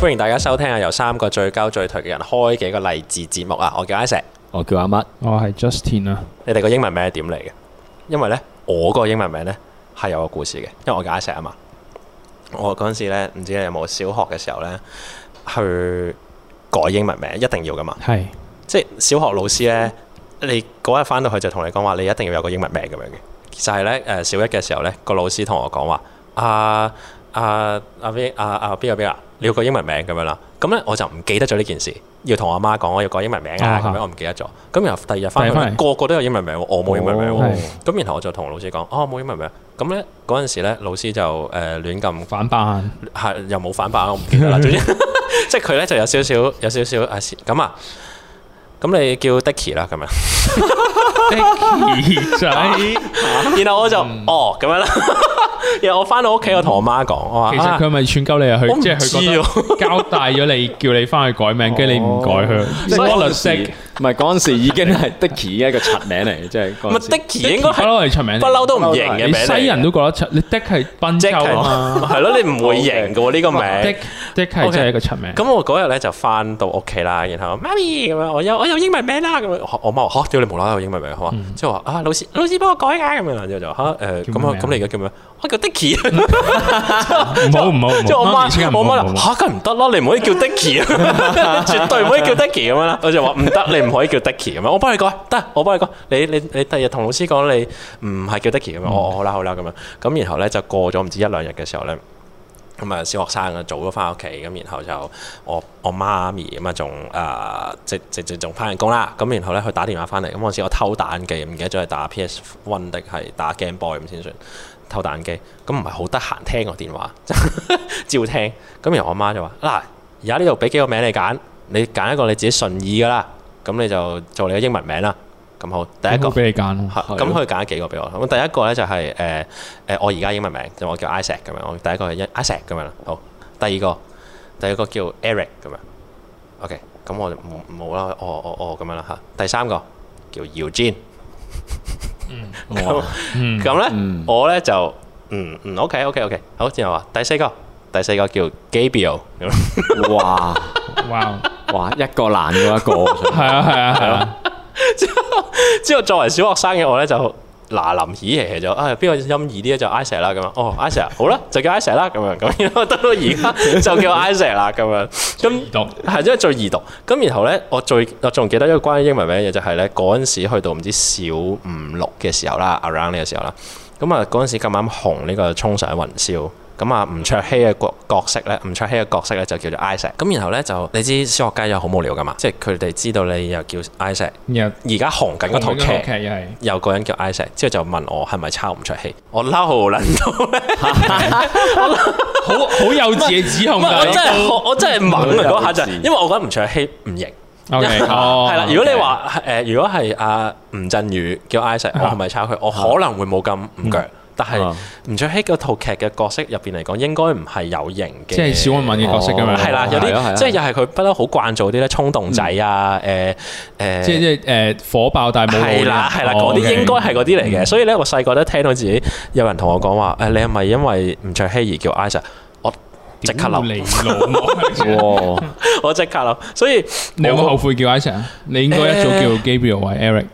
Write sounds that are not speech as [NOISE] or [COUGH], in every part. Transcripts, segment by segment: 歡迎大家收聽啊！由三個最鳩最頹嘅人開嘅一個勵志節目啊！我叫 Isaac，我叫阿乜，我係 Justin 啊，你哋個英文名係點嚟嘅？因為呢，我個英文名呢係有個故事嘅，因為我叫 Isaac 啊嘛。我嗰陣時咧，唔知你有冇小學嘅時候呢，去改英文名，一定要噶嘛。係即係小學老師呢，你嗰日翻到去就同你講話，你一定要有個英文名咁樣嘅。就係呢，誒、小一嘅時候呢，個老師同我講話，啊啊啊邊啊啊邊個邊個啊，你要個英文名咁樣啦。咁呢，我就唔記得咗呢件事，要同我媽講我要改英文名啊啊，咁樣我唔記得咗。咁然後第二日翻去第二日呢返嚟，個個都有英文名喎，我冇英文名喎哦係。咁然後我就同老師講，哦冇英文名。咁呢，嗰陣時咧，老師就誒、呃、亂撳反扮係又冇反白，我唔記得啦。總之即係佢咧就有少少有少少啊是咁啊，咁你叫 Dicky 啦咁樣。耳仔。然後我就哦咁樣啦。然後我翻到屋企，我同我媽講，我話其實啊佢咪串鳩你啊，我佢唔即係知佢覺得交代咗你，叫你翻去改名，跟住你唔改佢，所以我律嗰陣時識，唔係嗰陣時已經係 Dicky 一個柒名嚟，即係唔係嗰陣時 Dicky 應該不係嬲係出名，不嬲都唔型嘅你名嚟嘅西人都覺得出，你的係賓 Dick 州啊嘛係係咯，你唔會型嘅喎呢個的名。的係真係一個出名。咁我嗰日咧就翻到屋企啦，然後媽咪咁樣，我有我有英文名啦咁樣，我我媽話嚇，屌你無啦啦有英文名，我話即係話啊老師老師幫我改㗎咁樣，然後就嚇誒咁叫咩啊名咁你而家叫咩？我叫 Dicky 啊。唔好唔好唔即係好，我媽咪千祈媽，我唔媽好就唔好。嚇，梗唔得啦，你唔可以叫 Dicky [LAUGHS] 啊，絕對唔可以叫 Dicky 咁樣啦。我就話唔得，你唔可以叫 Dicky 咁樣，我幫你改，得，我幫你改。你你你第二日同老師講你唔係叫 Dicky 咁樣，我好啦好啦咁樣。咁然後咧就過咗唔知一兩日嘅時候咧。咁啊，小學生啊，早咗翻屋企，咁然後就我我媽咪咁啊，仲啊即即即仲翻緊工啦，咁然後咧佢打電話翻嚟，咁嗰陣時我偷打眼機，唔記得咗係打 PS One 定係打 Game Boy 咁先算偷打眼機，咁唔係好得閒聽個電話，照聽。咁然後我媽就話：嗱，而家呢度俾幾個名你揀，你揀一個你自己順意噶啦，咁你就做你嘅英文名啦。咁好，第一咁個好。俾你 [LAUGHS] 揀咯，嚇嗯係咁咯佢揀咗幾個俾我。咁第一個咧就係誒誒，我而家英文名就我叫 Isaac 咁樣，我第一個係一 Isaac 咁樣啦。好，第二個第二個叫 Eric 咁樣。OK，咁我就冇冇啦，我我我咁樣啦嚇。第三個叫 Eugene。哇嗯，咁咧，嗯我咧就嗯嗯 OK OK OK，好，然後話第四個第四個叫 Gabriel 咁樣。哇哇，哇一個難過一個，係啊係啊係啊，之後作為小學生嘅我咧就嗱臨起嚟就啊邊個音易啲咧就 Isaac 啦咁樣，哦 Isaac 好啦就叫 Isaac 啦咁樣，咁 [LAUGHS] 然後得到而家就叫 Isaac 啦咁樣，咁讀係因為最易讀。咁然後咧我最我仲記得一個關於英文名嘅嘢就係咧嗰陣時去到唔知小五六嘅時候啦，around 呢個時候啦，咁啊嗰陣時咁啱紅呢個衝上雲霄。咁啊，吳卓羲嘅角角色咧，吳卓羲嘅角色咧就叫做 Isaac。咁然後咧就你知小學雞又好無聊噶嘛，即係佢哋知道你又叫 Isaac，又而家紅緊嗰套劇，劇又係。有個人叫 Isaac，之後就問我係咪抄唔出戲， [LAUGHS] 我嬲撚到咧，好好幼稚嘅指控唔係我㗎真 [LAUGHS] 係我我真係猛啊嗰下就係有意，思因為我覺得吳卓羲唔型，[LAUGHS]，O K，哦，係啦。如果你話誒，如果係阿吳鎮宇叫 Isaac，我係啊咪抄佢？我可能會冇咁唔嗯腳，但係啊吳卓羲嗰套劇嘅角色入邊嚟講，應該唔係有型嘅，即係小温文嘅角色咁樣，哦係啦，有係啊係啊啲即係又係佢不嬲好慣做啲咧衝動仔啊，誒誒，嗯即係即係誒火爆但係冇係啦，係啦，嗰啲應該係嗰啲嚟嗯嘅。所以咧，我細個都聽到自己有人同我講話，誒，你係咪因為吳卓羲而叫 Isa？我即刻流諗，你老母，哇 [LAUGHS] 我即刻諗。所以你有冇後悔叫 Isaac 啊？你應該一早叫 Gabriel 或 Eric。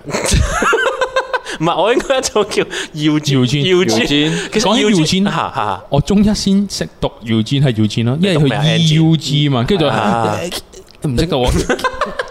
唔係，我應該一早叫 [LAUGHS] 姚尊， Eugene 尊。 Eugene 其實講起 Eugene， Eugene 嚇嚇我中一先識讀 Eugene 係 Eugene 咯，因為佢 E U G 嘛，跟住就啊唔識讀。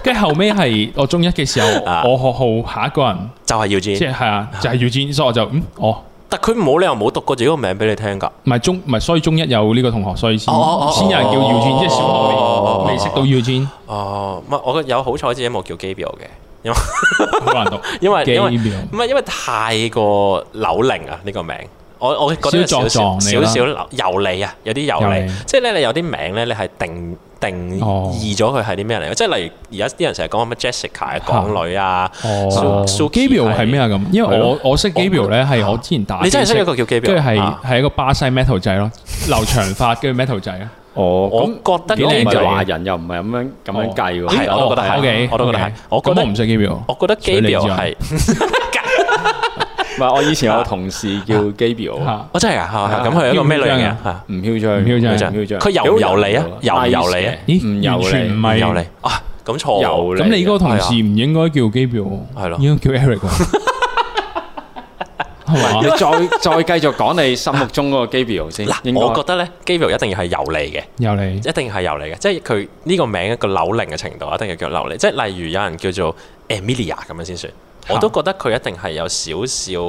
跟住後尾係我中一嘅時候，啊我學號下一個人，就係即 Eugene。係係啊，就係 Eugene，所以我就嗯哦。但佢冇理由冇讀過自己個名俾你聽㗎。唔係中唔係，所以中一有呢個同學，所以先哦哦哦哦先有人叫 Eugene，即係小學未未識到 Eugene，哦，唔係，我有好彩自己冇叫 Gabriel 嘅，因為好 [LAUGHS] 難讀。因為因為 Gabriel 唔係因為太過扭擰啊呢個名，我我覺得有少少作少狀嚟少啦少扭油膩啊，有啲油油膩，膩即係咧你有啲名咧你係定定哦義咗佢係啲咩嚟嘅，即係例如而家啲人成日講乜 Jessica 啊港女啊，哦 Su- Suki ，Gabriel 係係咩啊？咁，因為我我識 Gabriel 咧，係啊我之前打你真係識機一個叫 Gabriel，跟住係啊係一個巴西 metal 仔咯， [LAUGHS] 留長髮跟住 metal 仔啊。哦我咁覺得如果唔幾靚仔係華人又唔係咁樣咁樣計係喎，我都覺得係 O K，我都覺得係我覺得我唔識 Gabriel，我覺得水你知 Gabriel 啊係唔係我以前有個同事叫 Gabriel，嚇我真係啊，嚇咁佢係一個咩類型嘅？嚇唔囂張，唔囂張唔囂張。佢油唔油膩啊油唔油膩啊咦唔油完全唔 [LAUGHS] 膩，係油嚟啊，咁錯喎油咁你嗰個同係啊事唔應該叫 Gabriel，係咯應該叫 Eric [LAUGHS] 喎，你係嘛？再再繼續講你心目中嗰個 Gabriel 先。應嗱，該我覺得咧 g a b r i e 一定要係油膩嘅。又嚟一定係由嚟嘅，即係佢呢個名一個扭齡嘅程度，一定要叫扭齡。即係例如有人叫做 Emilia 咁樣先算，我都覺得佢一定係有少少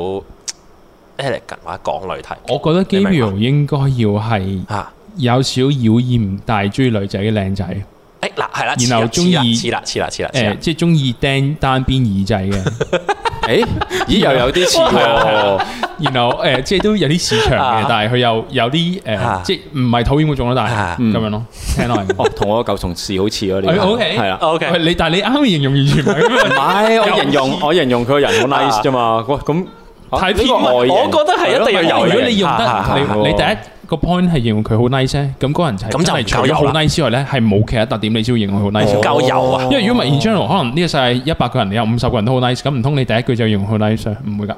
elegant 或者港女體我覺得你明白啊 Gabriel 應該要係嚇。有少妖豔，但係中意女仔嘅靚仔，誒哎嗱係啦，然後似啦鍾意似啦似啦似啦似啦誒，，即係中意釘單邊耳仔嘅， [LAUGHS] 誒，咦又有啲似喎，然後誒，即係都有啲市場嘅啊，但係佢又有啲啊誒，即係唔係討厭嗰種咯，但係嗯咁樣咯，聽落係。哦，同我舊同事好似咯，呢誒個 OK 係啦。啊 OK 喂你但係你啱啱形容完全唔係 [LAUGHS] 咁唔樣，係，我形有容我形容佢個人好 nice 啫嘛。喂，咁太呢偏個門外形我覺得係一定係要咯油膩係咯如果你用啊啊得啊你你第一個 point 係形容佢好 nice 咧，咁嗰人就係咁就唔真係除夠咗油好啦 nice 之外咧，係冇其他特點你先會形容佢好 nice 唔咯。夠油啊哦！因為如果唔係 in general，可能呢個世界一百個人，你有五十個人都好 nice，咁唔通你第一句就用佢 nice 啊唔會㗎。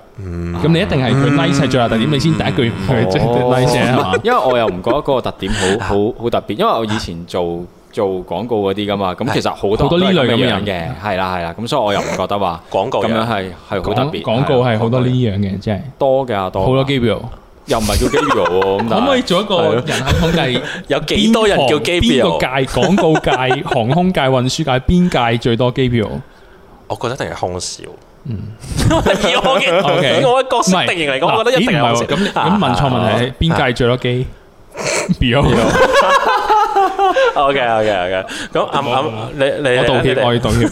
咁你一定係佢 nice 係最大特點，你先第一句佢即係 nice 啊係嘛？因為我又唔覺得嗰個特點好好好特別，因為我以前做做廣告嗰啲噶嘛，咁其實好好多多呢都係類咁嘅樣嘅，係啦係啦，咁所以我又唔覺得話廣告咁樣樣係係好特別。廣廣告係好多呢樣嘅，即係多嘅多㗎，好多 Gabriel。又唔係叫 Gabriel 喎，咁可但唔可以係做一個人口統計？有幾多人叫 g a b r i e 邊個 l 界廣告 [LAUGHS] 界、航空界、運輸界邊界最多 Gabriel？我覺得一定係空少。 [LAUGHS] 以我嘅嗯 [LAUGHS] OK 以我嘅角唔係色定型嚟講，我覺得一定係啊空少。咦唔係喎咁你咁問錯 [LAUGHS] 問題係邊界最多 G Bill？ OK OK OK，咁暗暗你 [LAUGHS] 你啊我道歉，我要道歉。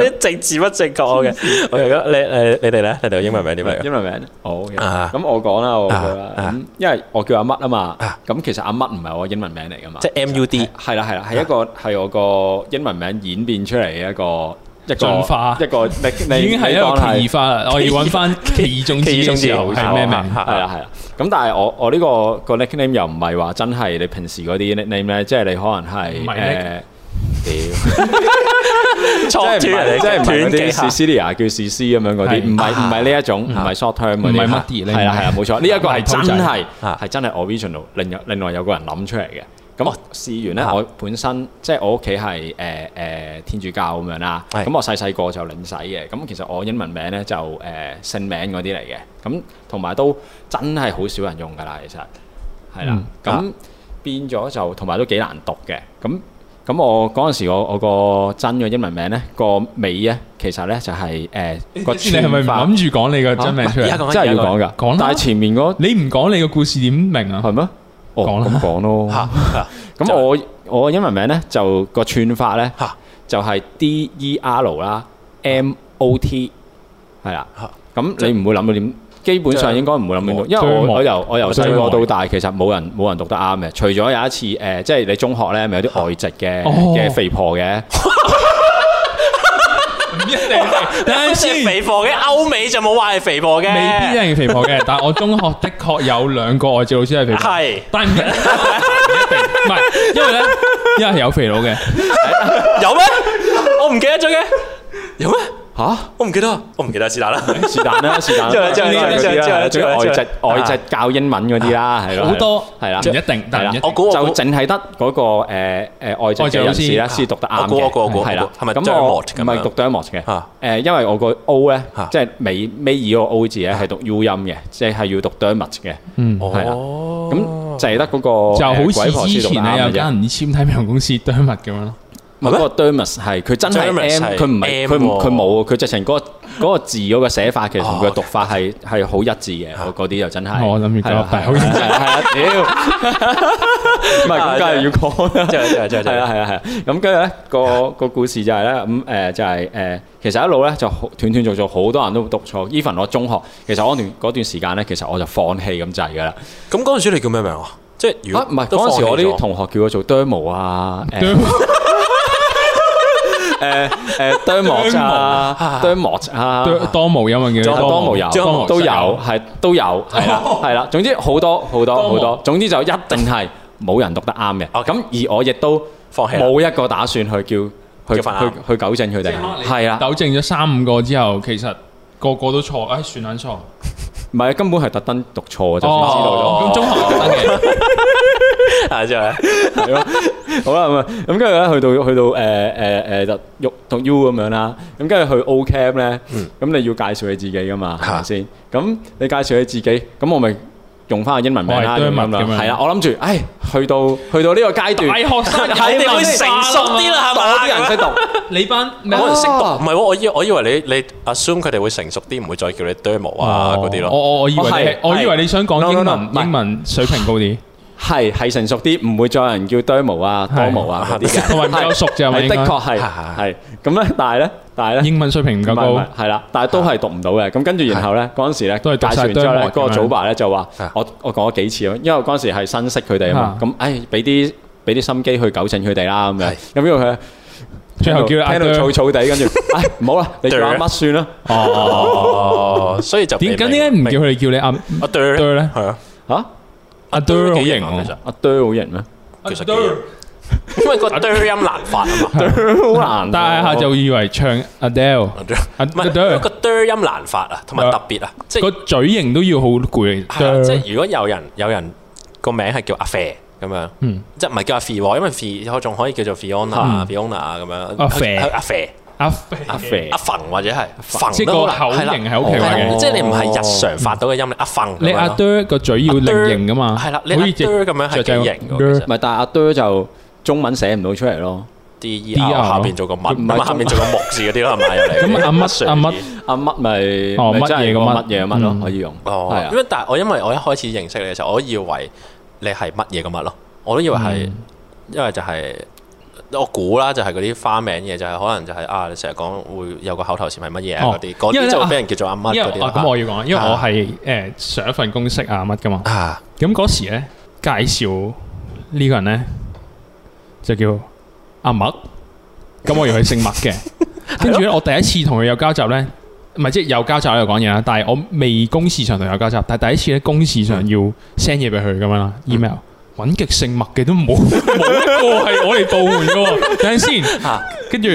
你政治不正確我嘅，我而家你誒你哋咧，你哋英文名點嚟英文名，好嘅啊咁我講啦，我覺得啊啊咁因為我叫阿乜啊嘛啊，咁其實阿乜唔係我英文名嚟噶嘛，即係 MUD 係啦係啦，係一個係我個英文名演變出嚟嘅一個一個進化一個你你已經係一你當個奇異化啦，我要揾 [LAUGHS] 翻奇異種子嘅時候係咩名？係啦係啦，咁但係我我呢個個 nickname 又唔係話真係你平時嗰啲 nickname 咧，即係你可能係唔係誒 nick 屌。 [LAUGHS] 錯即係唔斷啊係人即係哋唔係嗰斷啲幾 c 下 e。c i l i a 叫 c c 咁樣嗰係啲，唔係啊唔係呢一種，唔係 short term 嗰啲，啊唔係 muddy 呢係啦係啦，冇錯，呢一個係真唔係係啊係真係 original，另有另外有個人諗出嚟嘅。咁哦試完咧，啊我本身即係我屋企係誒誒天主教咁樣啦，係咁我細細個就領洗嘅。咁其實我英文名咧就誒姓名嗰啲嚟嘅，咁同埋都真係好少人用㗎啦，其實係啦嗯。咁變咗就同埋都幾難讀嘅。咁咁我嗰陣時我我個真嘅英文名咧個尾咧，其實咧就係誒個你係咪串唔法諗住講你啊個真名出而家嚟？講緊真係要講講啦㗎，但係前面嗰你唔講你個故事點明啊？係咩？哦，講啦咁講咯。嚇咁我我英文名咧就個串法咧嚇就係 D E R 啦，M O T 係啦嚇。咁你唔會諗到點？基本上應該唔會諗到點，因為追我忘我由我由追細忘個到大其實冇人冇人讀得啱嘅，除咗有一次誒，即係你中學咧咪有啲外籍嘅哦嘅肥婆嘅。唔 [LAUGHS] 一定，等陣即係先。肥婆嘅歐美就冇話係肥婆嘅，未必一定係肥婆 [LAUGHS] 嘅，但我中學的確有兩個外籍老師係肥婆，係但唔一定，唔係，因為咧，因為係有肥佬嘅，哦有咩？我唔記得咗嘅，有咩？吓？我唔記得，我唔記得是但啦。 [LAUGHS] 是但啦，是但之後啦，之後都係之後之後嗰啲啦係啦之後仲有外籍之後外籍教英文嗰啲啦，係啦，好多係啦，唔一定，但唔一定我估我就估淨係得嗰個誒誒外籍嘅人士咧先讀得啱我估我估我嘅，估係啦我，估係咪咁我 Dermot 咁樣唔係讀 Dermot 嘅啊，誒，因為我個 O 咧啊，即係尾尾二個 O 字咧係讀 U 音嘅，即係要讀 Dermot 嘅，嗯。係啦，哦咁就係得嗰個就誒鬼好婆似之先讀得前咧啱有嘅啫間。唔知簽睇美容公司啄物咁樣咯，唔係嗰個 dermis 係佢真係 dermis M，係佢唔係 M 佢唔喎哦佢冇，佢直情嗰個嗰個字嗰個寫法其實同佢嘅讀法係係好一致嘅，我嗰啲又真係。我諗住係啦講但係好認真係啊係啊， [LAUGHS] 屌！唔係咁，梗係要講啦。即係即係即係即係啊係係啊係啊，咁跟住咧個個故事就係咧咁誒就係誒，其實一路咧就好斷斷續續，好多人都讀錯。even 我中學，其實我段嗰段時間咧，其實我就放棄咁滯噶啦。咁嗰陣時你叫咩名啊？即係如啊果唔係都嗰陣時，放我棄咗啲同學叫我做 dermo 啊，誒誒誒 dermo 啊 dermo 啊。啄多毛有冇叫仲有多毛毛油多毛都有，係都有，係啦，係啦。總之好多好多多毛好多，總之就一定係冇人讀得啱嘅。 OK 咁而我亦都放棄啦冇一個打算去叫去去叫返啱去糾正佢哋，係啦，啊啊糾正咗三五個之後，其實個個都錯，唉，算撚錯，唔係根本係特登讀錯嘅，就算知道咗。哦，咁中學特登 [LAUGHS] 嘅，啊，之後咧，係咯，好啦咁啊，咁跟住咧去到去到誒誒誒讀 U 讀 U 咁樣啦，咁跟住去 O Camp 咧，咁你要介紹你自己噶嘛，係咪嚇先？咁你介紹你自己，咁我咪用翻個英文名啦，我係咁 Dermot 樣咁樣係啦，我諗住，唉，去到去到呢個階段，大學生有係你會文化成熟啲啦，係多啲咪？人識讀，你班 [LAUGHS] 咩冇人識讀，哦唔係喎，我以我以為你你 assume 佢哋會成熟啲，唔會再叫你 d e m o 啊嗰啲我咯。我我以為哦係你我以為你想講 No, no, 英 no，唔文係英文水平高啲，係係成熟啲，唔會再有人叫 Dermo 啊、係 Dormo 啊嗰啲 [LAUGHS] 嘅，同埋唔夠熟啫係咪係應的該確係係係係咁咧，但係咧，但 [LAUGHS] 係咧。英文水平唔夠唔係，唔係，高，係啦，但係都係讀唔到嘅。咁跟住然後呢，嗰陣時呢，都係讀晒介紹完之後呢，張幕嗰個咁樣。組爸呢就話，啊。我-我講咗幾次咯，因為嗰陣時係新識佢哋啊嘛，啊。咁，唉，俾啲-俾啲心機去糾正佢哋啦，咁樣。係。咁因為佢最後聽到-叫阿聽到 Sir [LAUGHS] 燥燥地，跟住，唉，唔好啦，你叫阿乜算啦。哦，所以就點咁點解唔叫佢哋叫你阿阿 d e 對咧係啊，阿 Dur 好都幾型啊，其實喎？阿Dur好型咩？其實幾型因為個 d 音難發啊嘛。好難喎。但係下就以為唱 Adele，阿唔係 Dur 個 d 音難發啊，同埋特別啊，即係個嘴型都要好係攰啊， Dur 即係如果有人有人個名係叫阿肥咁樣，即係唔係叫阿肥喎，因為肥我仲可以叫做 Fiona、Fiona 咁樣。阿肥阿肥、阿阿肥。阿馮或者係馮，即係個口型係好奇怪哦嘅。即係你唔係日常發到嘅音，你阿馮咁樣咯。你阿 Dur 個嘴要菱形噶嘛？係啦你好阿似隻 Dur 咁樣係雀仔幾型㗎其實唔係，但係阿Dur就中文寫唔到出嚟咯。阿乜咪- D E D R R 下邊做個文，唔係咁啊下面做個木字嗰啲咯，係咪？咁阿乜阿乜哦，咪乜嘢真係個個乜。乜嘢個乜咯，嗯。可以用。哦係啊。，因為但係我因為我一開始認識你嘅時候，我都以為你係乜嘢嘅乜咯，我都以為係，因為就係我估啦，就係嗰啲花名嘢，就係可能就係啊，你成日講會有個口頭禪係乜嘢啊哦嗰啲，嗰因啲為呢就會啊俾人叫做阿乜因為嗰啊啲咁我啦要講，因為我係誒上一份公司啊乜噶嘛，啊，咁嗰時咧介紹呢個人咧就叫阿麥，咁我以為佢姓麥嘅，跟住咧我第一次同佢有交集咧，唔係即係有交集喺度講嘢啦，但係我未公事上同佢有交集，但係第一次咧公事上要 send 嘢俾佢咁樣啦，email。揾極姓麥嘅都冇冇一個係我哋部門嘅喎，等陣先啊，跟住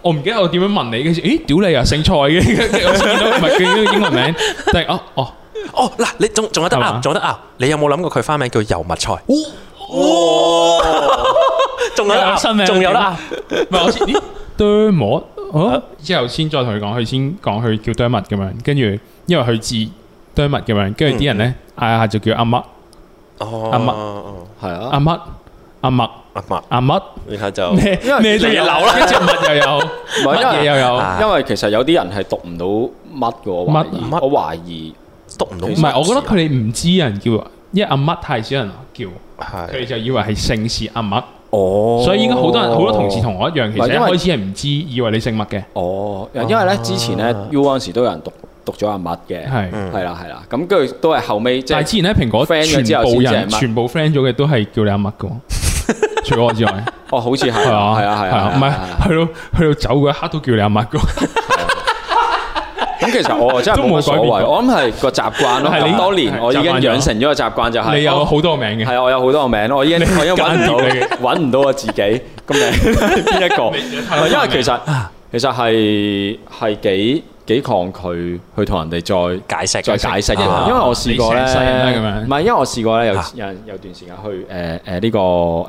我唔記得我點樣問你，跟住咦屌你啊姓蔡嘅，跟住我先見到唔係見到英文名，但係哦哦。哦嗱，你仲仲有得係嘛拗，仲有得拗，你有冇諗過佢花名叫油麥菜？仲有得有新拗，名仲有得拗，唔係我先咦 d 膜哦，之後先再同佢講，佢先講佢叫 d 物咁樣，跟住因為佢字 d 物咁樣，跟住啲人咧嗌下就叫阿乜哦阿麥係啊。阿乜阿麥阿麥，阿乜然後就咩因為咩都有啦，跟住乜又有唔係乜嘢又有，啊因為其實有啲人係讀唔到乜嘅，我懷疑，乜我懷疑讀唔到，唔係我覺得佢哋唔知人叫，因為阿乜太少人叫，佢哋係就以為係姓氏阿乜，哦所以應該好多人好多同事同我一樣，其實一因為開始係唔知，以為你姓麥嘅，哦，因為咧之前咧 U 嗰陣時都有人讀讀咗阿乜嘅，係係啦係啦，咁跟住都係後尾即但係係之前咧，蘋果 friend 咗之後全部先人至係乜全部 friend 咗嘅都係叫你阿麥 [LAUGHS] 嘅喎，除咗我之外，哦，好似係係啊，係啊係啊，唔係啊係去到去到走嗰一刻都叫你阿麥嘅喎，咁其實我真係冇乜所都冇改變謂，過我諗係個習慣咯。係你咁多年係我已經習慣咗養成咗個習慣就係你有好多名嘅，係我有好多個名，我已經我已經揾唔到揾唔到我自己個名係邊一個，唔係因為其實其實係係幾幾抗拒去同人哋解釋再再解釋嘅，啊因為我試過咧，你成世人啦咁樣唔係因為我試過咧有啊有有段時間去誒誒呢個誒誒誒誒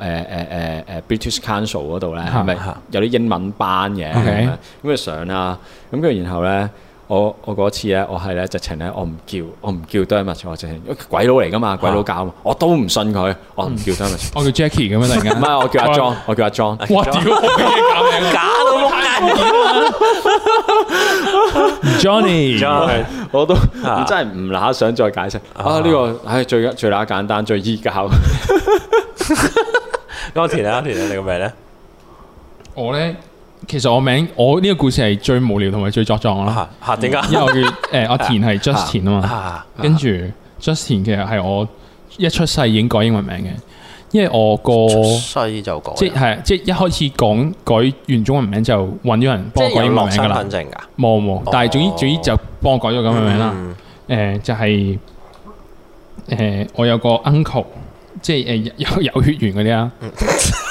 British Council 嗰度咧，係咪啊有啲英文班嘅 OK 咁佢上啦，咁跟住然後咧。我我嗰次咧，我係咧直情咧，我唔叫，我唔叫 d e r m o t 我直情鬼佬嚟噶嘛，鬼佬教嘛，我都唔信佢，我唔叫 d e r m o t 我叫 Jackie 咁樣突然唔間，係，我叫阿 John，我叫阿 John。哇屌，我俾你搞名 [LAUGHS] 啊假到碌街。 [LAUGHS] Johnny，我都啊真係唔乸想再解釋啊！呢個唉最最乸簡單，最易教。安田啊，安田啊，你個名咧？我咧其實我名我呢個故事係最無聊同埋最作狀啦，啊嚇啊嚇點解啊因為我 [LAUGHS] 叫誒阿田係 Justin 啊嘛。啊？跟住 Justin 其實係我一出世已經改英文名嘅，因為我個西就講，即係即係一開始講改完中文名就揾咗人幫我改英文名㗎啦，證㗎。嗯冇冇，但係總之總之就哦嗯幫我改咗咁嘅名啊啦。誒、就係、誒、我有個 uncle，即係誒有有有血緣嗰啲啦，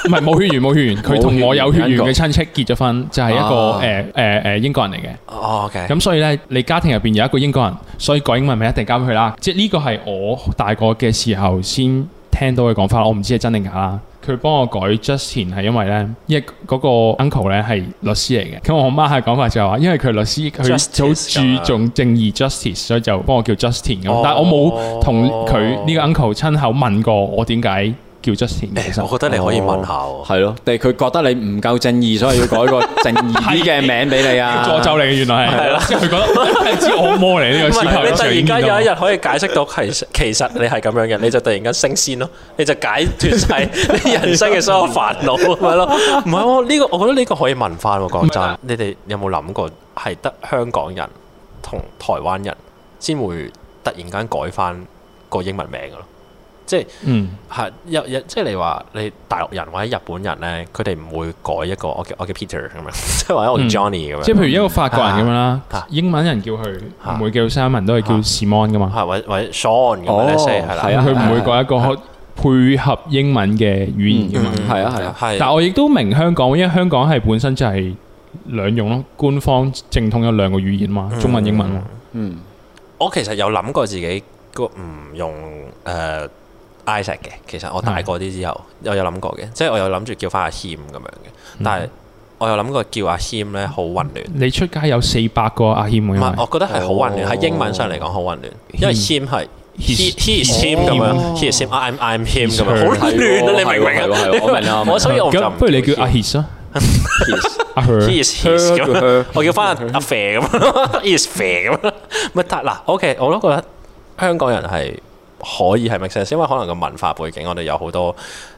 唔係冇血緣嗯冇血緣，佢同我有血哦緣嘅親戚結咗婚，就係、一個啊誒誒誒英國人嚟嘅。哦，OK。咁所以咧，你家庭入邊有一個英國人，所以改英文名一定交俾佢啦。即係呢個係我大個嘅時候先聽到嘅講法，我唔知係真定假啦。佢幫我改 Justin 係因為咧，因為嗰個 uncle 咧係律師嚟嘅，咁我媽係講法就係話，因為佢係律師，佢 Justice 好注重正義 justice，所以就幫我叫 Justin 咁。哦但係我冇同佢呢個 uncle 親口問過我點解叫 Justin 嘅。其實我覺得你可以問下喎。哦係咯，但係佢覺得你唔夠正義，所以要改個正義啲嘅名俾你啊。助咒嚟嘅，原來係，即係佢覺得 [LAUGHS] 係知我魔嚟呢個唔小朋係，友。你突然間有一日可以解釋到其實其實你係咁樣嘅，你就突然間升仙咯，你就解脱 [LAUGHS] 晒你人生嘅所有煩惱咪咯。唔係喎，呢個我覺得呢個可以問翻喎。講唔係真啊，你哋有冇諗過係得香港人同台灣人先會突然間改翻個英文名嘅咯？即係嗯，係有有即係你話你大陸人或者日本人咧，佢哋唔會改一個我叫我叫 Peter 咁樣， [LAUGHS] 即係或者我叫嗯 Johnny 咁樣，即係譬如一個法國人咁樣啦啊，英文人叫佢啊唔會叫 Simon，都係叫啊 Simon 噶嘛。係或者或者 Sean 咁樣咧哦 say，係啦，係咁啊佢唔會改一個可配合英文嘅語言噶嘛。嗯係啊係啊係但我亦都明香港，因為香港係本身就係兩用咯，官方正統有兩個語言嘛，中文英文嘛。嗯，我其實有諗過自己個唔用誒、呃 Isaac 嘅，其實嗯我大個啲之後，我有諗過嘅，即係我有諗住叫翻阿謙咁樣嘅，但係嗯我有諗過叫阿謙咧好混亂，你出街有四百個阿謙唔喎，因係為我覺得係好混亂，哦喺英文上嚟講好混亂，因為謙係 he His- he is him 咁樣，he is him，I'm I'm him 咁樣， His 哦 her 哦好亂啊！你明唔係明喎係喎係啊喎？我明啊我明我 [LAUGHS] 所以我就咁唔不如你叫阿 Him His 啊， [LAUGHS] 阿 he Her， is his 咁樣。佢我叫翻阿阿肥咁樣 [LAUGHS] ，is 肥咁樣，咪得嗱，OK，我都覺得香港人係可以係 make sense，因為可能個文化背景，我哋有好多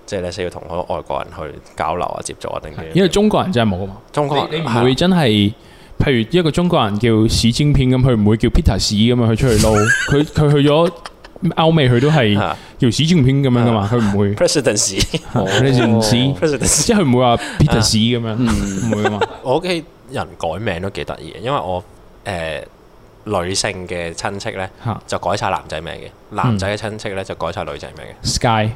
即係你需要同好多外國人去交流啊、接觸啊定嘅。因為中國人真係冇啊嘛。中國你人你唔會真係，譬如一個中國人叫史晶片咁，佢唔會叫 Peter 史咁樣去出 [LAUGHS] 去撈，佢佢去咗歐美，佢都係叫史晶片咁樣噶嘛，佢唔 [LAUGHS] 會 presidency，presidency，你唔知，即係佢唔會話 Peter 史咁樣，唔會噶嘛。我屋企人改名都幾得意嘅，因為我誒女性嘅親戚咧嚇就改晒男仔名嘅，男仔嘅親戚咧就改晒女仔名嘅。 [LAUGHS] Sky，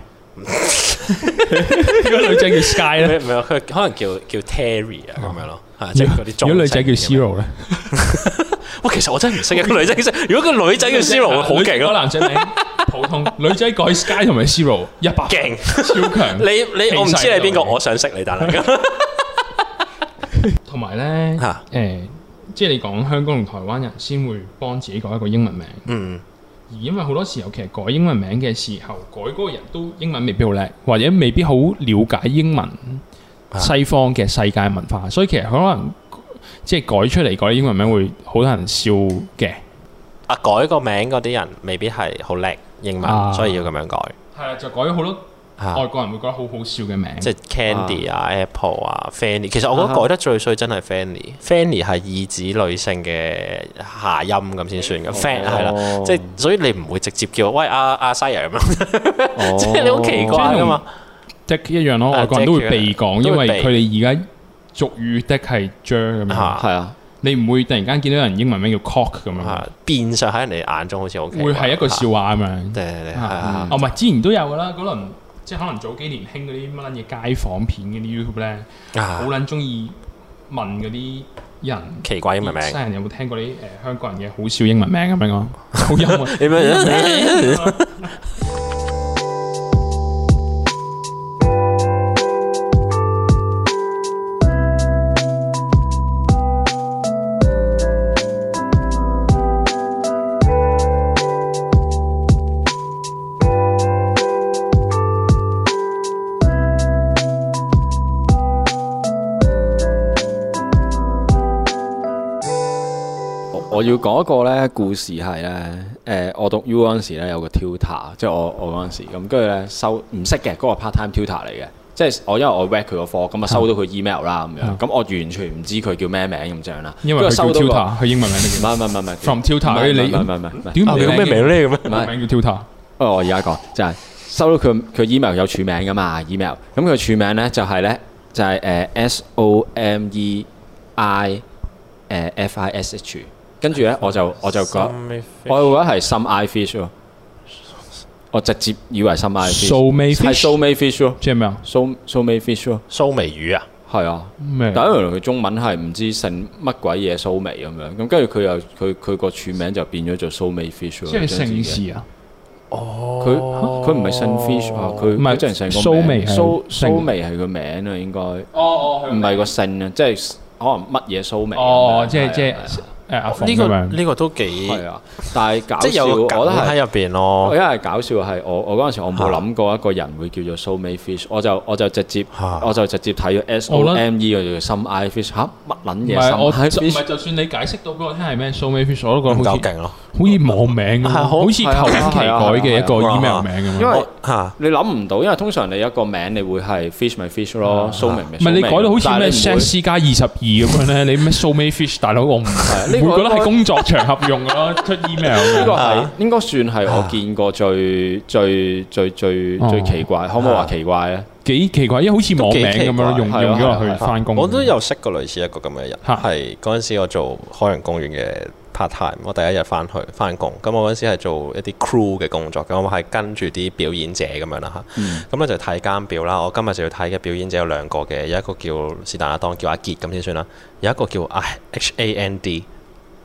如果女仔叫 Sky 咧，咩唔係佢可能叫叫 Terry 啊咁樣咯，係 [LAUGHS] 即係嗰啲嗯哦如中果女仔叫性嘅名 Zero 咧，哇，其實我真係唔識一個女仔叫 Zero 如果個女仔叫 Zero，會好啊勁個咯，男仔名普通，女仔改 Sky 同埋 Zero 一百勁！超強。你你我唔知你係邊個，氣勢度我想識你，但 [LAUGHS] 係同埋咧，誒嚇、呃即係你講香港同台灣人先會幫自己改一個英文名，嗯而因為好多時候其實改英文名嘅時候，改嗰個人都英文未必好叻，或者未必好了解英文西方嘅世界文化，所以其實可能即係改出嚟改英文名會好多人笑嘅。啊改個名嗰啲人未必係好叻英啊哦文，所以要咁樣改係啊，就改咗好多外嚇，國人會覺得好好笑嘅名，即係 Candy 啊、Apple 啊、Fanny。其實我覺得改得最衰真係 Fanny。Fanny 係意指女性嘅下音咁先哦算嘅，Fan 係啦，即係所以你唔會直接叫喂阿阿 Sire 咁樣， [LAUGHS] 即係你好奇哦怪噶嘛。即係一樣咯。啊外國人都會避即係講，叫因為都會佢避哋而家俗語的係 j 咁樣，嚇係啊，你唔會突然間見到有人英文名叫 cock 咁樣。嚇，啊變相喺人哋眼中好似好奇怪，啊會哦係一個笑話咁樣。對。對對係啊係哦，唔係之前都有噶啦，嗰輪即係可能早幾年興嗰啲乜撚嘢街訪片嗰啲 YouTube 咧，係好啊撚中意問嗰啲人。奇怪英文名。西人有冇聽過啲誒呃香港人嘅好笑英文名咁樣 [LAUGHS] 講？好幽默。你 [LAUGHS] 啊咪我我要講一個咧故事係咧，誒、我讀 U 嗰陣時咧有個 tutor，即係我我嗰陣時咁，跟住咧收唔識嘅嗰個 part time tutor 嚟嘅，即係我因為我 read 佢個科，咁啊收到佢 email 啦咁樣，咁我完全唔知佢叫咩名咁樣啦，嗯因為跟佢住收叫到個 Tutor，佢英文名 [LAUGHS] 唔都係唔係唔係唔係 From tutor，唔係你唔係唔係唔係唔係叫。你屌個咩名咧咁樣？唔係名叫 Tutor。不過我而家講就係、收到佢佢 email 有署名噶嘛 email，咁佢署名咧就係、咧就係、誒 S O M E I 誒 F I S H，跟住咧我就我就覺得我會覺得係 some eye fish 咯，我直接以為 some eye fish，素味係 fish， so may fish 咯即係咩啊？ ，so so may fish 咯，蘇眉魚啊，係啊。咩？但係因為佢中文係唔知姓乜鬼嘢蘇眉咁樣，咁跟住佢又佢佢個署名就變咗做蘇眉 fish 咯。即將係自己姓氏啊？佢佢唔係姓 fish 啊，佢唔係佢真係成個蘇眉眉係蘇姓蘇眉係個名啊，應該唔哦哦係個姓啊，即係可能乜嘢蘇眉咁樣。哦，即係係即係啊誒阿呢鳳咁個樣。呢個都幾，係啊，但係搞即係笑，有我個覺梗得係。喺入邊我咯。因為搞笑係我我嗰陣時我冇諗過一個人會叫做 soul mate fish，我就我就直接嚇我就直接睇咗 S 我 O 覺得 M E 嗰條心 eye fish 嚇乜撚唔嘢係我唔係 s i 就 fish 就算你解釋到俾我聽係咩 soul mate fish，我都覺唔得好夠似勁咯，好似網名咁，係好好似求緊其改嘅一個係啊係啊係啊 email 名咁因樣。為我嚇你諗唔到，因為通常你一個名你會係 fish 咪 fish 咯，soul 明咪唔係你改到好似咩 sex sex 加二十二咁樣咧，你咩 soul mate fish 大佬我唔唔呢個會覺得係工作場合用咯，出 email 咁樣呢個係啊應該算係我見過最最最最哦最奇怪，可唔可以話奇怪啊咧？幾奇怪，因為好似網名咁都樣幾用奇怪用咗落係啊係去啊翻工。我都有識過類似一個咁嘅人，嚇係嗰陣時我做海洋公園嘅 part time，我第一日翻去翻工，咁我嗰陣時係做一啲 crew 嘅工作，咁我係跟住啲表演者咁樣啦嚇，嗯咁咧就睇監表啦，我今日就要睇嘅表演者有兩個嘅，有一個叫是但啦，當叫阿傑咁先算啦，有一個叫阿 H A N D。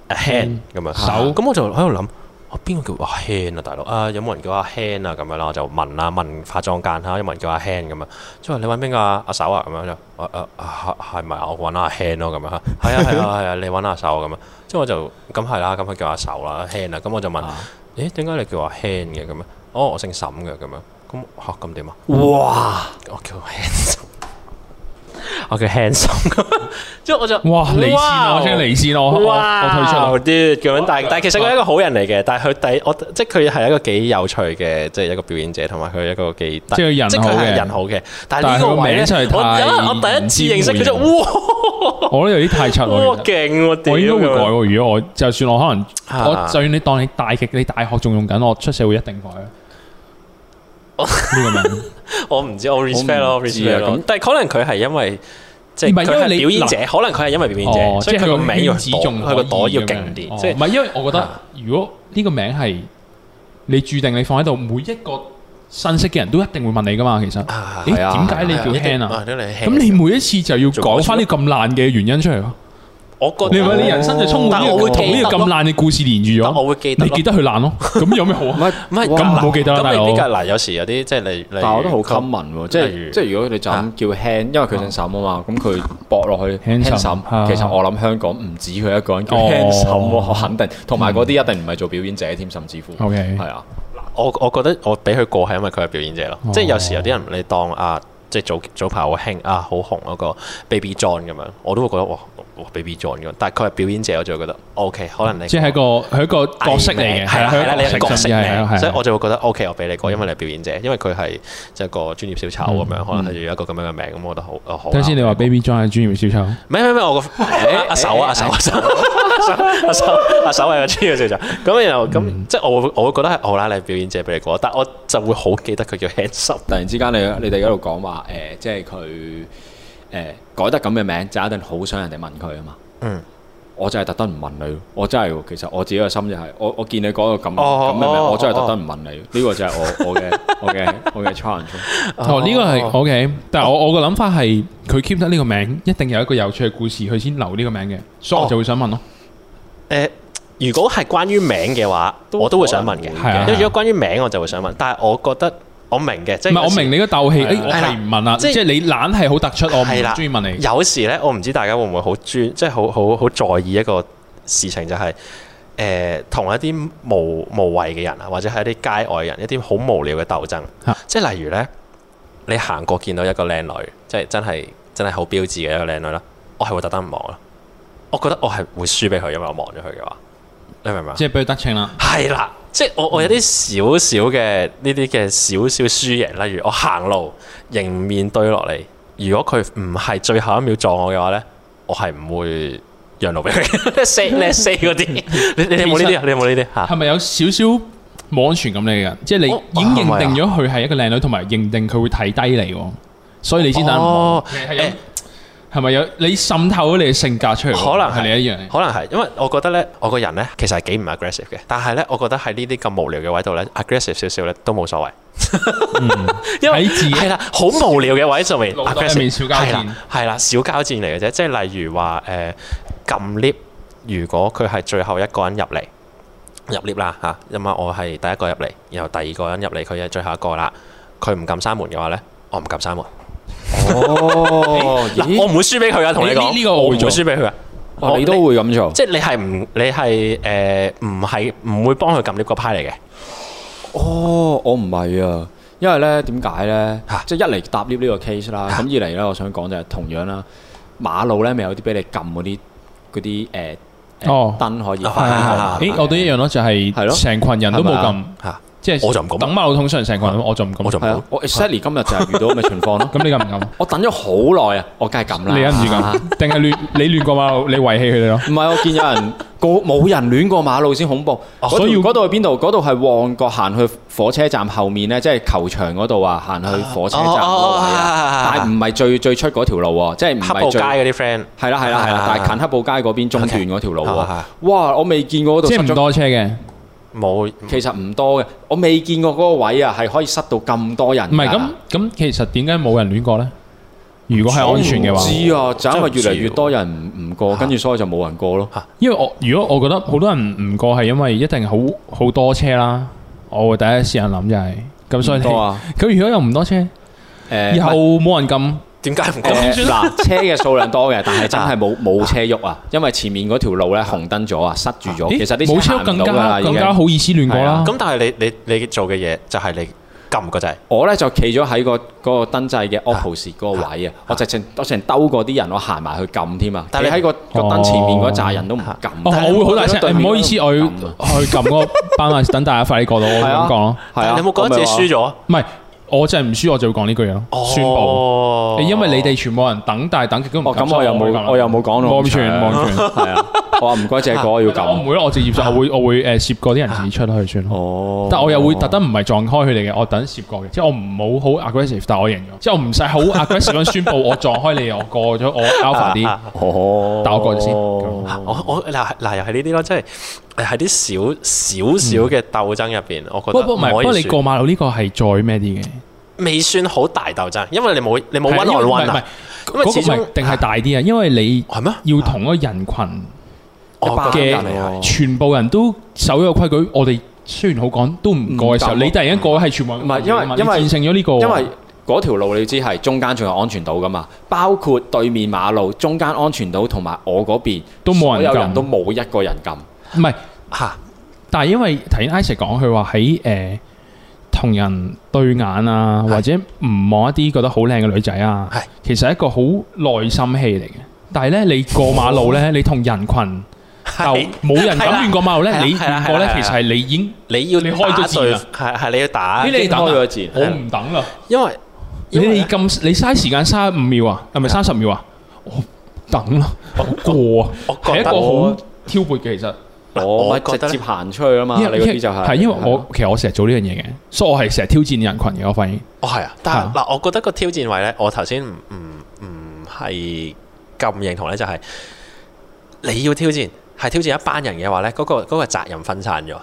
阿 hand 咁樣，手咁我就喺度諗，我邊個叫阿 hand 啊，大佬啊，有冇人叫阿 hand 啊咁樣啦，我就問啦，問化妝間嚇，有冇人叫阿 hand 咁啊？之後你揾邊個啊阿手啊咁樣就，啊啊啊係咪啊我揾阿 hand 咯咁樣嚇，係啊係啊係啊，你揾阿手咁啊，之後我就咁係啦，咁佢叫阿手啦阿 hand 啊，咁我就問，咦點解你叫阿 hand 嘅咁樣？哦我姓沈嘅咁樣，咁嚇咁點啊？哇！我叫 handsome，我 [LAUGHS] 叫 handsome，之後 [LAUGHS] 我就哇離線啊！我哇真係離線啊！我我我退出啦我。退出咁樣，但但其實佢係一個好人嚟嘅，但係佢第我即係佢係一個幾有趣嘅，即係一個表演者，同埋佢一個幾即係佢人即係佢好嘅係人好嘅。但係呢個位咧，但係佢個名真係我太因為我第一次認識佢就哇 [LAUGHS] 我都有啲太柒哇喎。勁喎，屌我應該會咁改樣喎。如果我就算我可能，啊我就算你當你大極，你大學仲用緊，我出社會一定改。呢個名我唔知，我 respect 咯我唔知啊，respect 咯咁。但係可能佢係因為。即唔係係佢因為係你表演者，可能佢係因為表演哦者，，所即以係佢個名要圈子仲佢個袋要勁可以咁樣啲，哦即係唔係因為我覺得啊，如果呢個名係你注定你放喺度，每一個新識嘅人都一定會問你噶嘛。其實，啊誒係啊點解你叫一定 Han 啊啊？都係 Han 咁你每一次就要講翻呢咁爛嘅原因出嚟咯。我覺得你咪你人生就充滿但呢個我會同記呢得個咁爛嘅故事連住但咗。我會記得你咯記得佢爛咯，咁有咩好 [LAUGHS] 唔啊？係唔係咁嗱唔好記得啦咁大未佬必㗎嗱，有時有啲即係你，但係我覺得好 common 喎，即例如係即係如果你就咁叫 hand，因為佢姓沈啊嘛，咁佢搏落去 hand Handsome，沈啊，其實我諗香港唔止佢一個人叫哦 hand 沈喎，我肯定，同埋嗰啲一定唔係做表演者添，甚至乎 OK 係啊，我我覺得我俾佢過係因為佢係表演者咯，哦即係有時有啲人你當啊，即係早早排好興啊，好紅嗰個 Baby John 咁樣，我都會覺得哇哇 Baby John 咁樣，但係佢係表演者，我就會覺得 OK，可能你即係一個佢一個角色嚟嘅，係啦係啦，你係啊係角角色色甚至係係名，係啊所以我就會覺得 OK，我俾你過，因為你係表演者，因為佢係即係個專業小丑啊咁樣，可能係要一個咁樣嘅名，咁我覺得好啊好啊。嗯等陣先，你話 Baby John 係專業小丑，唔係唔係唔係，我個阿阿手啊阿手阿手阿手阿手係個專業小丑。咁然後嗯咁即係我會我會覺得係好啦，你係表演者俾你過，但我就會好記得佢叫 handsome。突然之間你你哋一路講話誒，即係佢誒改得咁嘅名，就一定好想人哋問佢啊嘛。嗯，我就係特登唔問你，我真係喎其實我自己嘅心就係，我我見你改到咁咁哦嘅名，哦我真係特登唔問你，呢個就係我 [LAUGHS] 我嘅我嘅我嘅 challenge。哦呢個係 OK，但係我我個諗法係佢 keep 得呢個名，一定有一個有趣嘅故事，佢先留呢個名嘅，所以我就會想問咯。誒，如果係關於名嘅話，都我都會想問嘅。可能會嘅係啊因為如果關於名，我就會想問。但係我覺得我明嘅，即唔係係我明你個鬥氣，係啊誒我係唔問啦，即即係係你懶係好突出，我唔係啦中意問你。有時咧，我唔知大家會唔會好專，即係好好好在意一個事情，就係、誒同、一啲無無謂嘅人啊，或者係一啲街外人，一啲好無聊嘅鬥爭。嚇即係例如咧，你行過見到一個靚女，即係真係真係好標誌嘅一個靚女啦，我係會特登唔望啦。我覺得我係會輸俾佢，因為我望咗佢嘅話，你明唔明啊？即係俾佢得逞啦，係啦，即係我我有啲少少嘅呢啲嘅少少輸贏，例如我行路迎面對落嚟，如果佢唔係最後一秒撞我嘅話咧，我係唔會讓路俾 [LAUGHS] 佢，say 咧 say 嗰啲，你你你有冇呢啲啊？你有冇呢啲係吓？咪有少少冇安全感你嘅？即係你哦已經係咪認啊定咗佢係一個靚女，同埋認定佢會睇低你喎，所以你先等。哦你係有誒係咪有你滲透咗你嘅性格出嚟？可能係係你一樣。可能係，因為我覺得咧，我個人咧其實係幾唔 aggressive 嘅，但係咧，我覺得喺呢啲咁無聊嘅位度咧，aggressive 少少咧都冇所謂。嗯 [LAUGHS] 因為喺自己係啦，好無聊啊嘅位就咪腦袋入面 aggressive，小交戰係啦，係啦，小交戰嚟嘅啫，即係例如話誒撳 lift，如果佢係最後一個人入嚟入 lift 啦嚇，因為我係第一個入嚟，然後第二個人入嚟，佢係最後一個啦，佢唔撳閂門嘅話咧，我唔撳閂門，哦，嗱我咦唔會輸俾佢啊，同你呢講，呢個我我唔會會做輸俾佢啊，哦，你都會咁做，即係你係唔你係誒唔係唔會幫佢撳 lift 個派嚟嘅，哦，我唔係啊，因為咧點解咧嚇？即係一嚟搭 lift 呢個 case 啦，咁二嚟咧，我想講就係同樣啦，馬路咧咪有啲俾你撳嗰啲嗰啲呃誒哦誒燈可以啊發係係光係嘅咦，我都一樣咯，就係咯係成群人都冇係咁咪，嚇，即係我就唔咁等馬路通常成群人都，我就唔咁。我就唔係好啊，。我 exactly 今日就係遇到咁嘅情況咯。咁你敢唔敢？我等咗好耐啊，我梗係撳啦。你忍唔住咁？定係亂你亂過馬路，你遺棄佢哋咯？唔係，我見有人個冇人亂過馬路先恐怖。哦嗰所以條要嗰度係邊度？嗰度係旺角行去火車站後面咧，即係球場嗰度啊，行去火車站嗰個位哦哦哦哦啊。但係唔係最最出嗰條路喎，即係唔黑布係街最嗰啲 friend 係啦係啦係啊啦，但係近黑布街嗰邊中段 OK 嗰條路喎啊啊。哇！我未見過嗰度即塞係唔咗，多車嘅。冇其實唔多嘅。我未見過嗰個位啊，係可以塞到咁多人㗎。唔係咁咁，其實點解冇人亂過咧？如果係安全嘅唔話，知啊，就因為越嚟越真係唔知喎多人唔唔過，跟住所以就冇人過咯。因為我如果我覺得好多人唔過係因為一定好好多車啦，我會第一時間諗就係咁，所以唔你多啊，咁如果又唔多車，誒又 [LAUGHS] 冇人撳，點解唔講？誒嗱，車嘅數量 [LAUGHS] 多嘅，但係真係冇冇車喐啊，因為前面嗰條路咧紅燈咗啊，塞住咗。咦其實啲冇車車行更唔到㗎啦，加已經更加好意思亂過啦。咁但係你你你做嘅嘢就係你撳個掣，我咧就企咗喺個嗰個燈掣嘅 opposite 嗰個位啊，我直情我直情兜過啲人，我行埋去撳添啊。但但係係喺你個個燈前面嗰扎人都唔撳。哦，但係我會好大對聲，面唔好意思，我要都唔撳啊我去撳嗰個斑馬線，等大家快啲過到。我會係啊咁講咯，係但係啊，你有冇覺得自己輸咗？唔係我真係唔輸，我就會講呢句嘢咯，宣佈。哦因為你哋全部人等，但係等極都唔哦，撳咁所我以又會撳冇啦我又冇講到冇咁全冇咁全 [LAUGHS] 係啊，我話唔該借哥我要 [LAUGHS] 我唔撳。會咯，我直接就我會我會呃誒攝過啲人自己出去算咯。哦，但我又會特登唔係撞開佢哋嘅，我等攝過嘅，即係我唔好好 aggressive，但我贏咗，即係我唔使好 aggressive 咁宣佈我撞開你，我過咗我 [LAUGHS] alpha 啲。哦，打我過去先我我嗱嗱又係呢啲咯，即係喺啲小少少嘅鬥爭入邊，我覺不得過唔唔係，不可過以你輸過馬路呢個係再咩啲嘅？未算好大鬥爭，因為你冇你冇 one 係因為 on 唔係 one 唔係啊，因嗰為個始唔係終定係大啲啊，因為你係咩？要同嗰個人群我班覺得人你嚟係㗎全部人都守咗個規矩，我哋雖然好講都唔過嘅時候，唔夠你突然間過係全部人唔係因為你因為戰勝咗呢個，因為嗰條路你知係中間仲有安全島噶嘛，包括對面馬路、中間安全島同埋我嗰邊都冇人所有撳人都冇一個人撳。唔係。嚇但係因為頭先 Isaac 講佢話喺誒同人對眼啊，或者唔望一啲覺得好靚嘅女仔啊係，其實係一個好內心戲嚟嘅。但係咧，你過馬路咧，你同人群鬥 [LAUGHS] 係，冇人係啦敢亂過馬係路咧，啦你係啦亂過係咧，啦其實係你已經你要你開咗打字對，啊係係你要打咦，你等開啊咗字，我唔等啦。因為你因為哋咁你嘥時間三十五秒啊，係咪三十秒啊？我等啦，我過啊，我 [LAUGHS] 係覺一得個好挑撥嘅其實。嗱我咪我覺哦直得接行出去啊嘛，你因為嗰啲就係係因為我其實我成日做呢樣嘢嘅，所以我係成日挑戰人群嘅。我發現哦，係啊，但係啊嗱，我覺得個挑戰位咧，我頭先唔唔唔係咁認同咧，就係你要挑戰，係挑戰一班人嘅話咧，嗰、個嗰、個責任分散咗，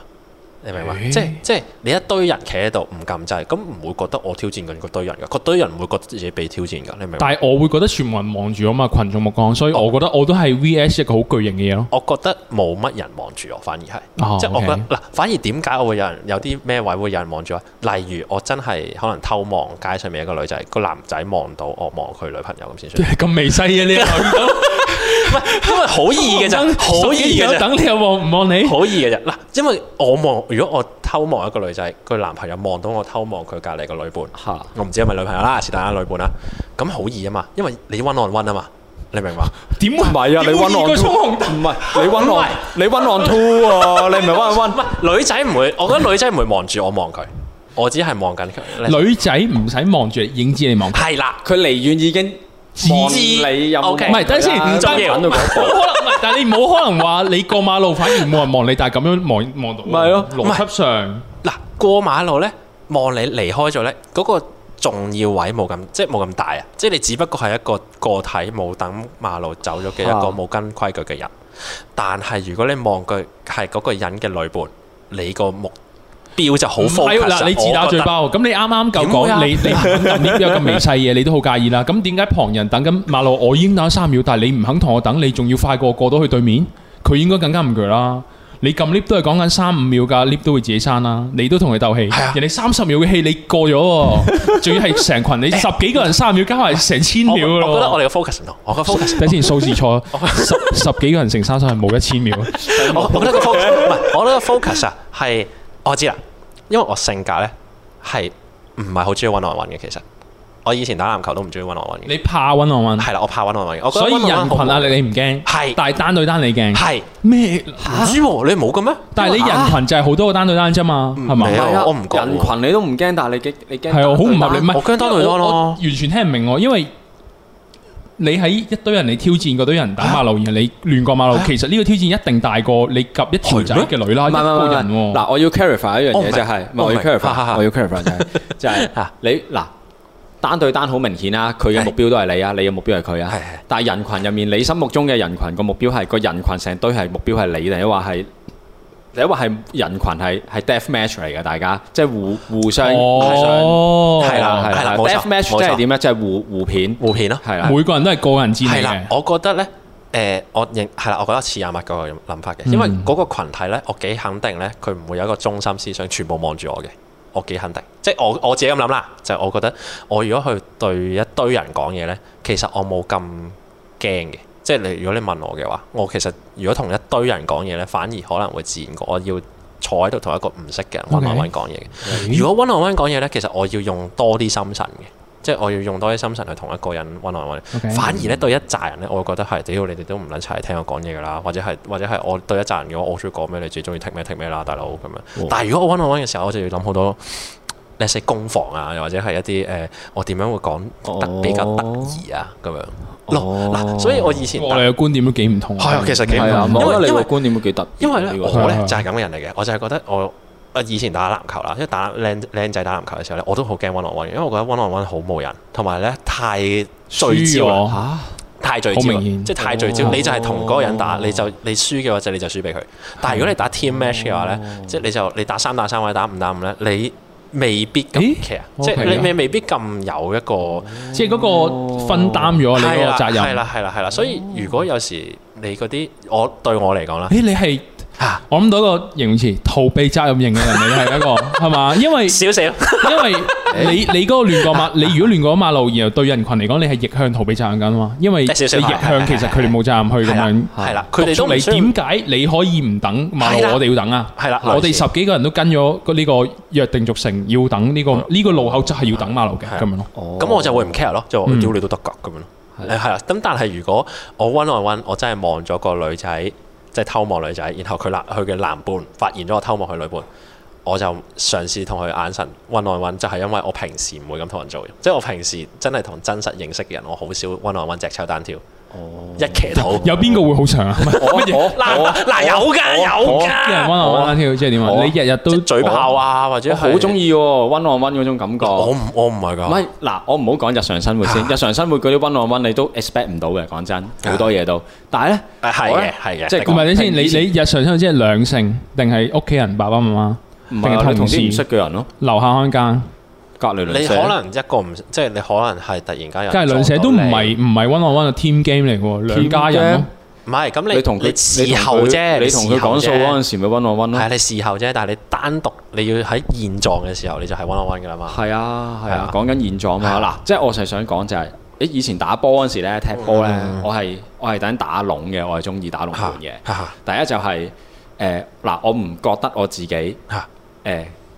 你明嘛？咦即係即係你一堆人企喺度唔撳掣，咁唔會覺得我挑戰緊嗰堆人噶，嗰堆人唔會覺得自己被挑戰噶，你明嘛？但係我會覺得全部人望住我嘛，群眾目光，所以我覺哦得我都係 VS 一個好巨型嘅嘢咯。我覺得冇乜人望住我，反而係。哦即係我覺得 OK 嗱，反而點解我會有人有啲咩位會有人望住我？例如我真係可能偷望街上面一個女仔，個男仔望到我望佢女朋友咁先 [LAUGHS] 算，咁微細嘅你又因為好易 [LAUGHS] 嘅咋，哦好易嘅咋。等你又望唔望你？好易嘅啫。嗱，因為我望，如果我偷望一個女仔，佢男朋友望到我偷望佢隔離個女伴，嚇我唔知係咪女朋友啦，是但啦女伴啦，咁好易啊嘛，因為你 one on one 啊嘛，你明嘛？點唔係啊，你 one 揾 on 個 two 衝紅唔係你 one 唔 on 係你 one on two 喎，你唔係 one on one 女仔唔會，我覺得女仔唔會望住我望佢，我只係望緊佢。女仔唔使望住你，影知你 [LAUGHS] 望。係啦，佢離遠已經自望你有冇 OK 望唔係等陣先佢啦唔重要揾到嗰冇步可能，唔係，但係你冇可能話你過馬路反而冇人望你，但係咁樣望望到。咪係咯邏輯上嗱過馬路咧，望你離開咗咧，嗰、個重要位冇咁，即係冇咁大啊！即係你只不過係一個個體冇等馬路走咗嘅一啊個冇跟規矩嘅人。但係如果你望佢係嗰個人嘅女伴，你個目標就好 focus 啊。嗯哎嗱，你自打我覺嘴得巴喎。咁你啱啱點會夠啊講，你你唔肯撳 lift 有咁微細嘢，你都好介意啦。咁點解旁人等緊馬路，我已經等咗三秒，但係你唔肯同我等，你仲要快過我過到去對面，佢應該更加唔攰啦。你撳 lift 都係講緊三五秒㗎，lift 都會自己閂啦。你都同佢鬥氣係啊，人哋三十秒嘅氣你過 [LAUGHS] 咗喎，仲要係成群你十幾個人三十秒加埋成千秒㗎我我覺得咯我。哋嘅 [LAUGHS] focus 唔同，我嘅 focus 睇先數 [LAUGHS] 字錯，十十幾個人乘三十係冇一千秒。我我覺得個 focus 唔係，我覺得個 focus 啊係我知啦，因為我性格咧係唔係好中意揾來揾嘅。其實我以前打籃球都唔中意揾來揾嘅，你怕温浪温，係啦，我怕揾來揾嘅。我覺得所以揾來揾人好啊群啊壓力你唔驚，係但係單對單你驚。係咩？唔知喎，你冇嘅咩？但係你人群就係好多個單對單啫嘛，係嘛？係係啊係啊，我唔覺喎人群你都唔驚，但係你驚你驚啊，好唔合理，唔係我驚單對單咯我我完全聽唔明喎，因為你喺一堆人你挑戰嗰堆人打馬路，然後你亂過馬路，其實呢個挑戰一定大過你及一條仔嘅女啦，唔一係唔係個唔人係，喎。嗱，我要 clarify 一樣我唔明嘢就係，唔係我唔我要明哈哈哈 clarify，我要 [LAUGHS] clarify 就係就係嚇你嗱單對單好明顯啦，佢嘅目標都係你啊，你嘅目標係佢啊係係，但係人群入面你心目中嘅人群個目標係個人群成堆係目標係你定係話係？你話係人群係係 death match 嚟嘅，大家即係互互相互相哦，係啦係啦係啦冇錯，death match 冇錯即係點咧？即係互互片互片啊咯，係啦，每個人都係個人戰係嚟啦嘅，。我覺得咧。誒、我認係啦，我覺得似阿麥嗰個諗法嗯嘅，因為嗰個群體咧，我幾肯定咧，佢唔會有一個中心思想，全部望住我嘅，我幾肯定。即係我我自己咁諗啦，就係我覺得我如果去對一堆人講嘢咧，其實我冇咁驚嘅。即係你如果你問我嘅話，我其實如果同一堆人講嘢咧，反而可能會自然過我要坐喺度同一個唔識嘅人揾 OK 揾揾講嘢嘅。嗯如果 one on one 講嘢咧，其實我要用多啲心神嘅，即係我要用多啲心神去同一個人 one on one。 OK 反而咧對一紮人咧，我會覺得係屌你哋都唔撚齊聽我講嘢噶啦，或者係或者係我對一紮人嘅話，我中意講咩，你最中意剔咩剔咩啦，大佬咁樣哦。但係如果我 one on one 嘅時候，我就要諗好多。你識攻防啊，又或者係一啲誒、呃我點樣會講得比較得意啊，咁樣咯。嗱、所以我以前我哋嘅觀點都幾唔同。係啊，其實幾係啊，唔同我因覺得為你因個為觀點都幾特別因為咧呢個我咧係啊就係咁嘅人嚟嘅，我就係覺得我啊以前打籃球啦，因為打靚靚仔打籃球嘅時候咧，我都好驚 one on one，因為我覺得 one on one 好冇人，同埋咧太聚輸焦啦咗，嚇。太聚焦好啦，明顯即係太聚焦。哦你就係同嗰個人打，你就你輸嘅話就你就輸俾佢。但係啊如果你打 team match 嘅話咧，即係你就你打三打三或者打五打五咧，你未必咁咦 care，即係 OK 你你未必咁有一個即係嗰個分擔哦咗你係嗰啦個責係任。哦啦係啦係啦。所以如果有時你嗰啲我對我嚟講啦誒，你係嚇我諗到一個形容詞，逃避責任型嘅人嚟係一 [LAUGHS] 個係嘛？因為少少。因為你你嗰個亂過馬，你如果亂過馬路，然後對人群嚟講，你係逆向逃避責任緊嘛？因為你少逆少係係向其實佢哋冇責任去咁樣。係啦，佢哋都唔你需要點解你可以唔等馬係啦路？我哋要等啊！係啦我類哋似十幾個人都跟咗個呢個約定俗成，要等呢個呢個路口就係要等馬路嘅係啊咁樣咯。咁我就會唔 care 咯，就話嗯屌你都得㗎咁樣咯。誒係啦，咁但係如果我 one on one，我真係望咗個女仔，即係偷望女仔，然後佢男佢嘅男伴發現咗我偷望佢女伴，我就嘗試同佢眼神 one on one，就係因為我平時唔會咁同人做嘅，即係我平時真係同真實認識嘅人，我好少 one on one 隻抽單挑，一騎到有邊個會 [LAUGHS] 好長啊？我我嗱嗱有㗎有㗎，啲人彎下彎下跳，即係點我啊？你日日即都係嘴炮啊，或者我係好中，意喎，one on one 嗰種感覺。我唔唔我唔係㗎，係嗱，我唔好講日常生活先，日常生活嗰啲 one on one 你都 expect 唔到嘅，講真，好多嘢都。但係咧，誒係我嘅呢係嘅，即係唔係你先，你平時你日常生活即係兩性定係屋企人爸爸媽媽？唔定係係你同同事啲唔識嘅人咯，樓下看更，隔離鄰你舍可。能一個唔即係你可能係突然間有人梗係兩社都撞唔到你係唔係 one on one 嘅 team game 嚟喎，兩家人咯。唔係咁你你同佢，你你事同佢後啫，你同佢講數嗰陣時咪 one on one 係啊咯。你事後啫，但係你單獨你要喺現狀嘅時候你就係 one on one 噶啦嘛。係啊係係啊啊，講緊現係狀嘛。嗱啊，即係我就係想講就係，誒以前打波嗰陣時咧，踢波咧，我係我係等打籠嘅，我係中意打籠嗯嚇盤嘅。嚇第一就係誒嗱，我唔覺得我自己誒嚇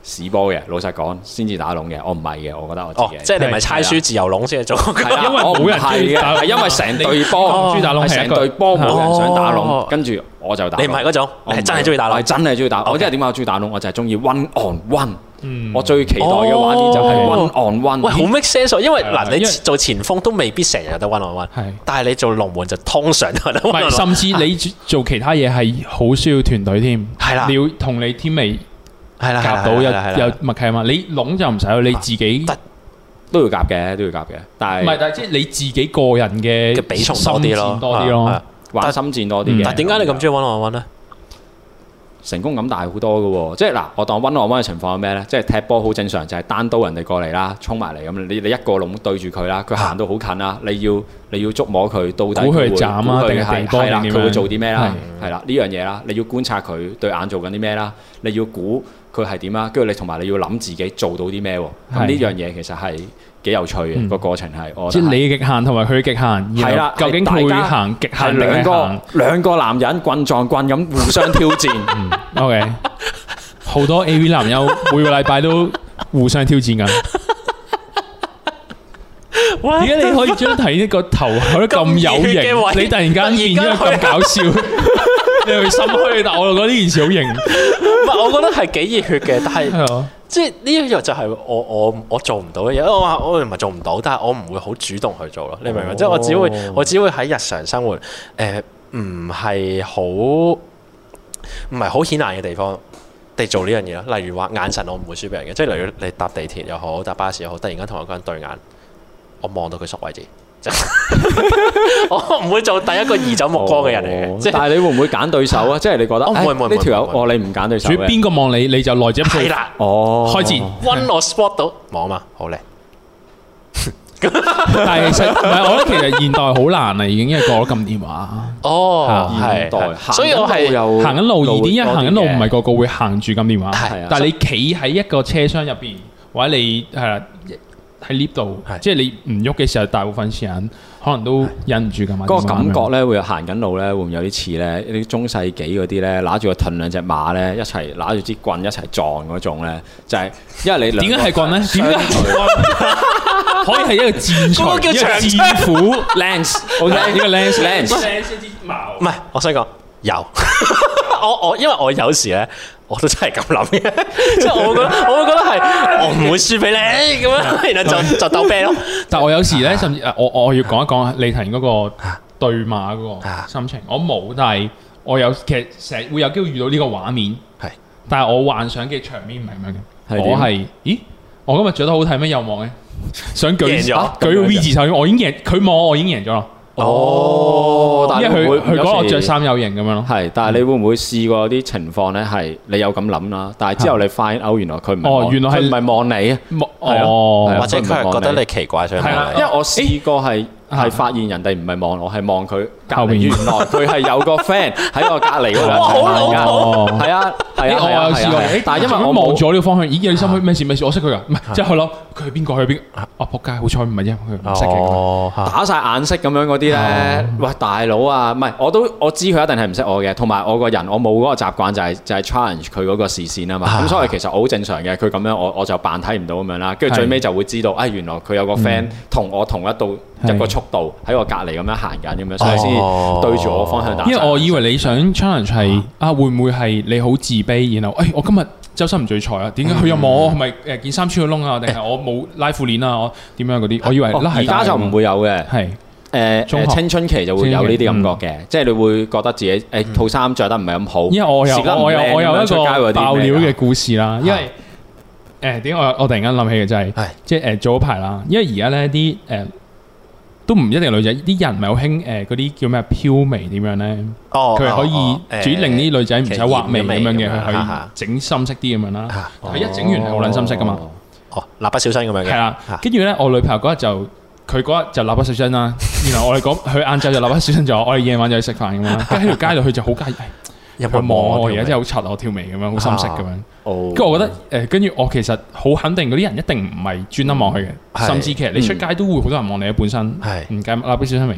屎波嘅，老實講先至打窿嘅，我唔係嘅，我覺得我哦自，己即係你咪猜輸自由籠先係做嗰個係啦啊因為我唔冇人中係意嘅，打係因為成隊波你你中意打窿係係一句成隊波冇人想打哦窿，跟住我就打窿。你唔係嗰種，我你唔係真係中意打我係籃。真係中意打。 OK 我即係點解我中意打窿？我就係中意 one on one。嗯我最期待嘅畫面就係 one on [LAUGHS] one。喂，好 make sense 喎因為係啦嗱，你因為做前鋒都未必成日都 one on one，係但係你做龍門就通常都得唔 one on 係， one。甚至你做其他嘢係好需要團隊添，係啦你要同你 team 嚟係啦，係啦夾到有係啦係啦有默契啊嘛。你籠就唔使，你自己但都要夾嘅，都要夾嘅，但唔係，係但係即係你自己個人嘅嘅比重多啲心咯戰，多係啲啊咯。啊玩但心戰多啲嘅。但係點解你咁中意温我温咧？成功感大好多嘅喎，即係嗱，我當 one on one 嘅情況係咩呢？即係踢波好正常，就係、單刀人哋過嚟啦，衝埋嚟咁，你你一個籠對住佢啦，佢行到好近啦，你要你要捉摸佢到底估佢會係斬啊估佢定係係地波係啦，定點佢會樣做啲咩啦？係啦，呢樣嘢啦，你要觀察佢對眼做緊啲咩啦，你要估佢係點啊啦，跟住你同埋你要諗自己做到啲咩喎？咁呢係樣嘢其實係幾有趣嘅嗯個過程係，我覺即得係係你極限同埋佢極限，係然啦後究竟佢係會大家行極係限定兩係個行兩個男人棍撞棍咁互相挑戰。 [LAUGHS] ？OK，好多 AV 男優每個禮拜都互相挑戰緊。 [LAUGHS] 哇點解你可以將睇呢個頭睇得咁有咁遠嘅型？位你突然間變咗咁搞笑，你係咪心虛？但我又覺得呢件事好型，唔係，我覺得係幾熱血嘅，但係。係啊，即係呢一樣就係我我我做唔到嘅嘢，我話我唔係做唔到，但係我唔會好主動去做咯，你明唔明？哦即係我只會我只會喺日常生活誒唔係好唔係好顯眼嘅地方地做呢樣嘢咯。例如話眼神，我唔會輸俾人嘅，即係例如你搭地鐵又好，搭巴士又好，突然間同一個人對眼，我望到佢縮為止，即係 [LAUGHS] 我唔會做第一個移走目光嘅人嚟哦嘅，即係但係你會唔會揀對手啊？即係你覺得哦唔會唔會哎呢條友唔會唔哦，你唔揀對手主要嘅邊個望你你就來者不係拒，啦。哦，開戰。温我 spot 到望啊嘛，好靚。但係其實唔係，我覺得其實現代好難啊啦，已經因為過咗撳電話，哦，現係，代係行所以我係緊路又行緊路易點，因為行緊路唔係個個個會行住撳電話。係啊，但係你企喺一個車廂入邊，或者你係啦喺 lift 度係，即係你唔喐嘅時候，大部分時間可能都忍唔住咁啊。嗰個感覺咧，會行緊路咧，會唔會有啲似咧啲中世紀嗰啲咧，揦住個盾兩隻馬咧，一齊揦住支棍一齊撞嗰種咧，就係因為你點解係棍咧？ [LAUGHS] 點解係係棍？可以係一個嗰箭錘，個叫一個長槍戰斧， lens？好呢個 lens Lens 一支矛唔係，我想講有。 [LAUGHS] 我我因為我有時咧，我都真係咁諗嘅， [LAUGHS] 即係我會覺得我會覺得係我唔會輸俾你咁樣，然後就就鬥啤咯。但我有時啊咧，甚至啊誒，我我要講一講你提嗰個對馬嗰啊個心情，我冇，但係我有其實成日會有機會遇到呢個畫面，係，但係我幻想嘅場面唔係咁係樣嘅，點我係，咦，我今日着得好睇咩？[LAUGHS] 又望嘅，想舉贏咗啊舉個 V 字手，我已經贏，佢望我我已經贏咗咯，哦，但係因你為會佢唔會佢講有我時着衫有型咁樣咯，係，但係你會唔會試過啲情況咧？係你有咁諗啦，但係之後你 find out 原來佢唔係哦望原來係佢唔係望你啊？冇係咯係哦啊或者佢係覺得你奇怪所以係啦問因你為我試過係啊係發現人哋唔係望我，係望佢 [LAUGHS] 隔後離，面原來佢係有個 friend 喺我隔離嗰兩哇齊好玩老㗎。哦。係 [LAUGHS] 啊，係咦啊，我有試試過，誒但係因為我望冇啊咗呢個方向，咦有啲心虛咩事咩事，我識佢啊噶，唔係即係佢諗佢係邊個佢係邊個，我仆街，好彩唔係因為佢唔識嘅，哦，嚇打晒眼色咁樣嗰啲咧，哦喂大佬啊，唔係我都我知佢一定係唔識我嘅，同埋我個人我冇嗰個習慣就係就係 challenge 佢嗰個視線啊嘛，啊咁所以其實我好正常嘅，佢咁樣我我就扮睇唔到咁樣啦，跟住最尾就會知道，啊原來佢有個 friend 同我同一度嗯係一個速度喺我隔離咁樣行緊咁樣，所以先哦對住我方向打晒眼色。因為我以為你想 challenge 係啊，會唔會係你好自卑，然後哎誒我今日周身唔聚財啊，點解佢又望嗯我係咪誒件衫穿咗窿啊，定係我冇拉褲鏈啊，我點樣嗰啲，我以為哦呃拉而家就唔會有嘅。係誒中學誒青春期就會有呢啲感覺嘅，即係你會覺得自己誒套衫着得唔係咁好，嗯因為我有時間唔我有靚我有咁樣一出街會個有啲爆咩啊料㗎嘅故事啦，因為誒點解我我突然間諗起嘅就係係即係誒早一排啦，因為而家咧啲誒都唔一定係女仔，啲人咪好興誒嗰啲叫咩飄眉點樣咧，哦佢係哦可哦以主要令啲女仔唔使畫眉咁樣嘅，佢可以整深色啲咁樣啦。嚇佢哦一整完係好撚深色噶嘛，哦，蠟筆小新咁啊樣嘅，係啦嚇。跟住咧，我女朋友嗰日就佢嗰日就蠟筆小新啦，然後我哋嗰佢晏晝就蠟筆小新咗，我哋夜晚就去食飯咁樣啦。跟住喺條街度，佢就好介意，哎有佢望我而家條真係好柒我條眉咁樣，好深色咁樣。哦跟住我覺得誒，跟住我其實好肯定嗰啲人一定唔係專登望佢嘅，係甚至其實你出街都會好多人望你嘅本身，係唔計蠟筆小新眉。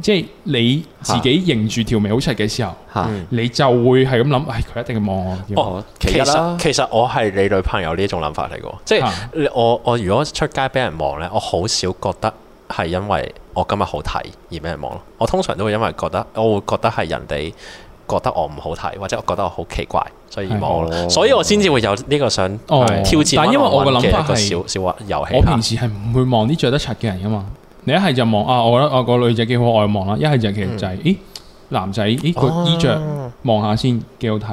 即係你自己認住條眉好柒嘅時候，嚇嗯你就會係咁諗，唉，佢一定望我。哦，其一其啦實，其實我係你女朋友呢一種諗法嚟嘅喎，即係啊你我我如果出街俾人望咧，我好少覺得係因為我今日好睇而俾人望咯。我通常都會因為覺得，我會覺得係人哋覺得我唔好睇，或者我覺得我好奇怪，所以而望我係咯。所以我先至會有呢個想哦挑戰。但因為我嘅個諗法一個係小小玩遊戲我嚇平時係唔會望啲着得柒嘅人噶嘛。你一係就望啊，我覺得我個女仔幾好，我就望啦；一係就其實就係、咦男仔，咦佢衣着望下先幾好睇。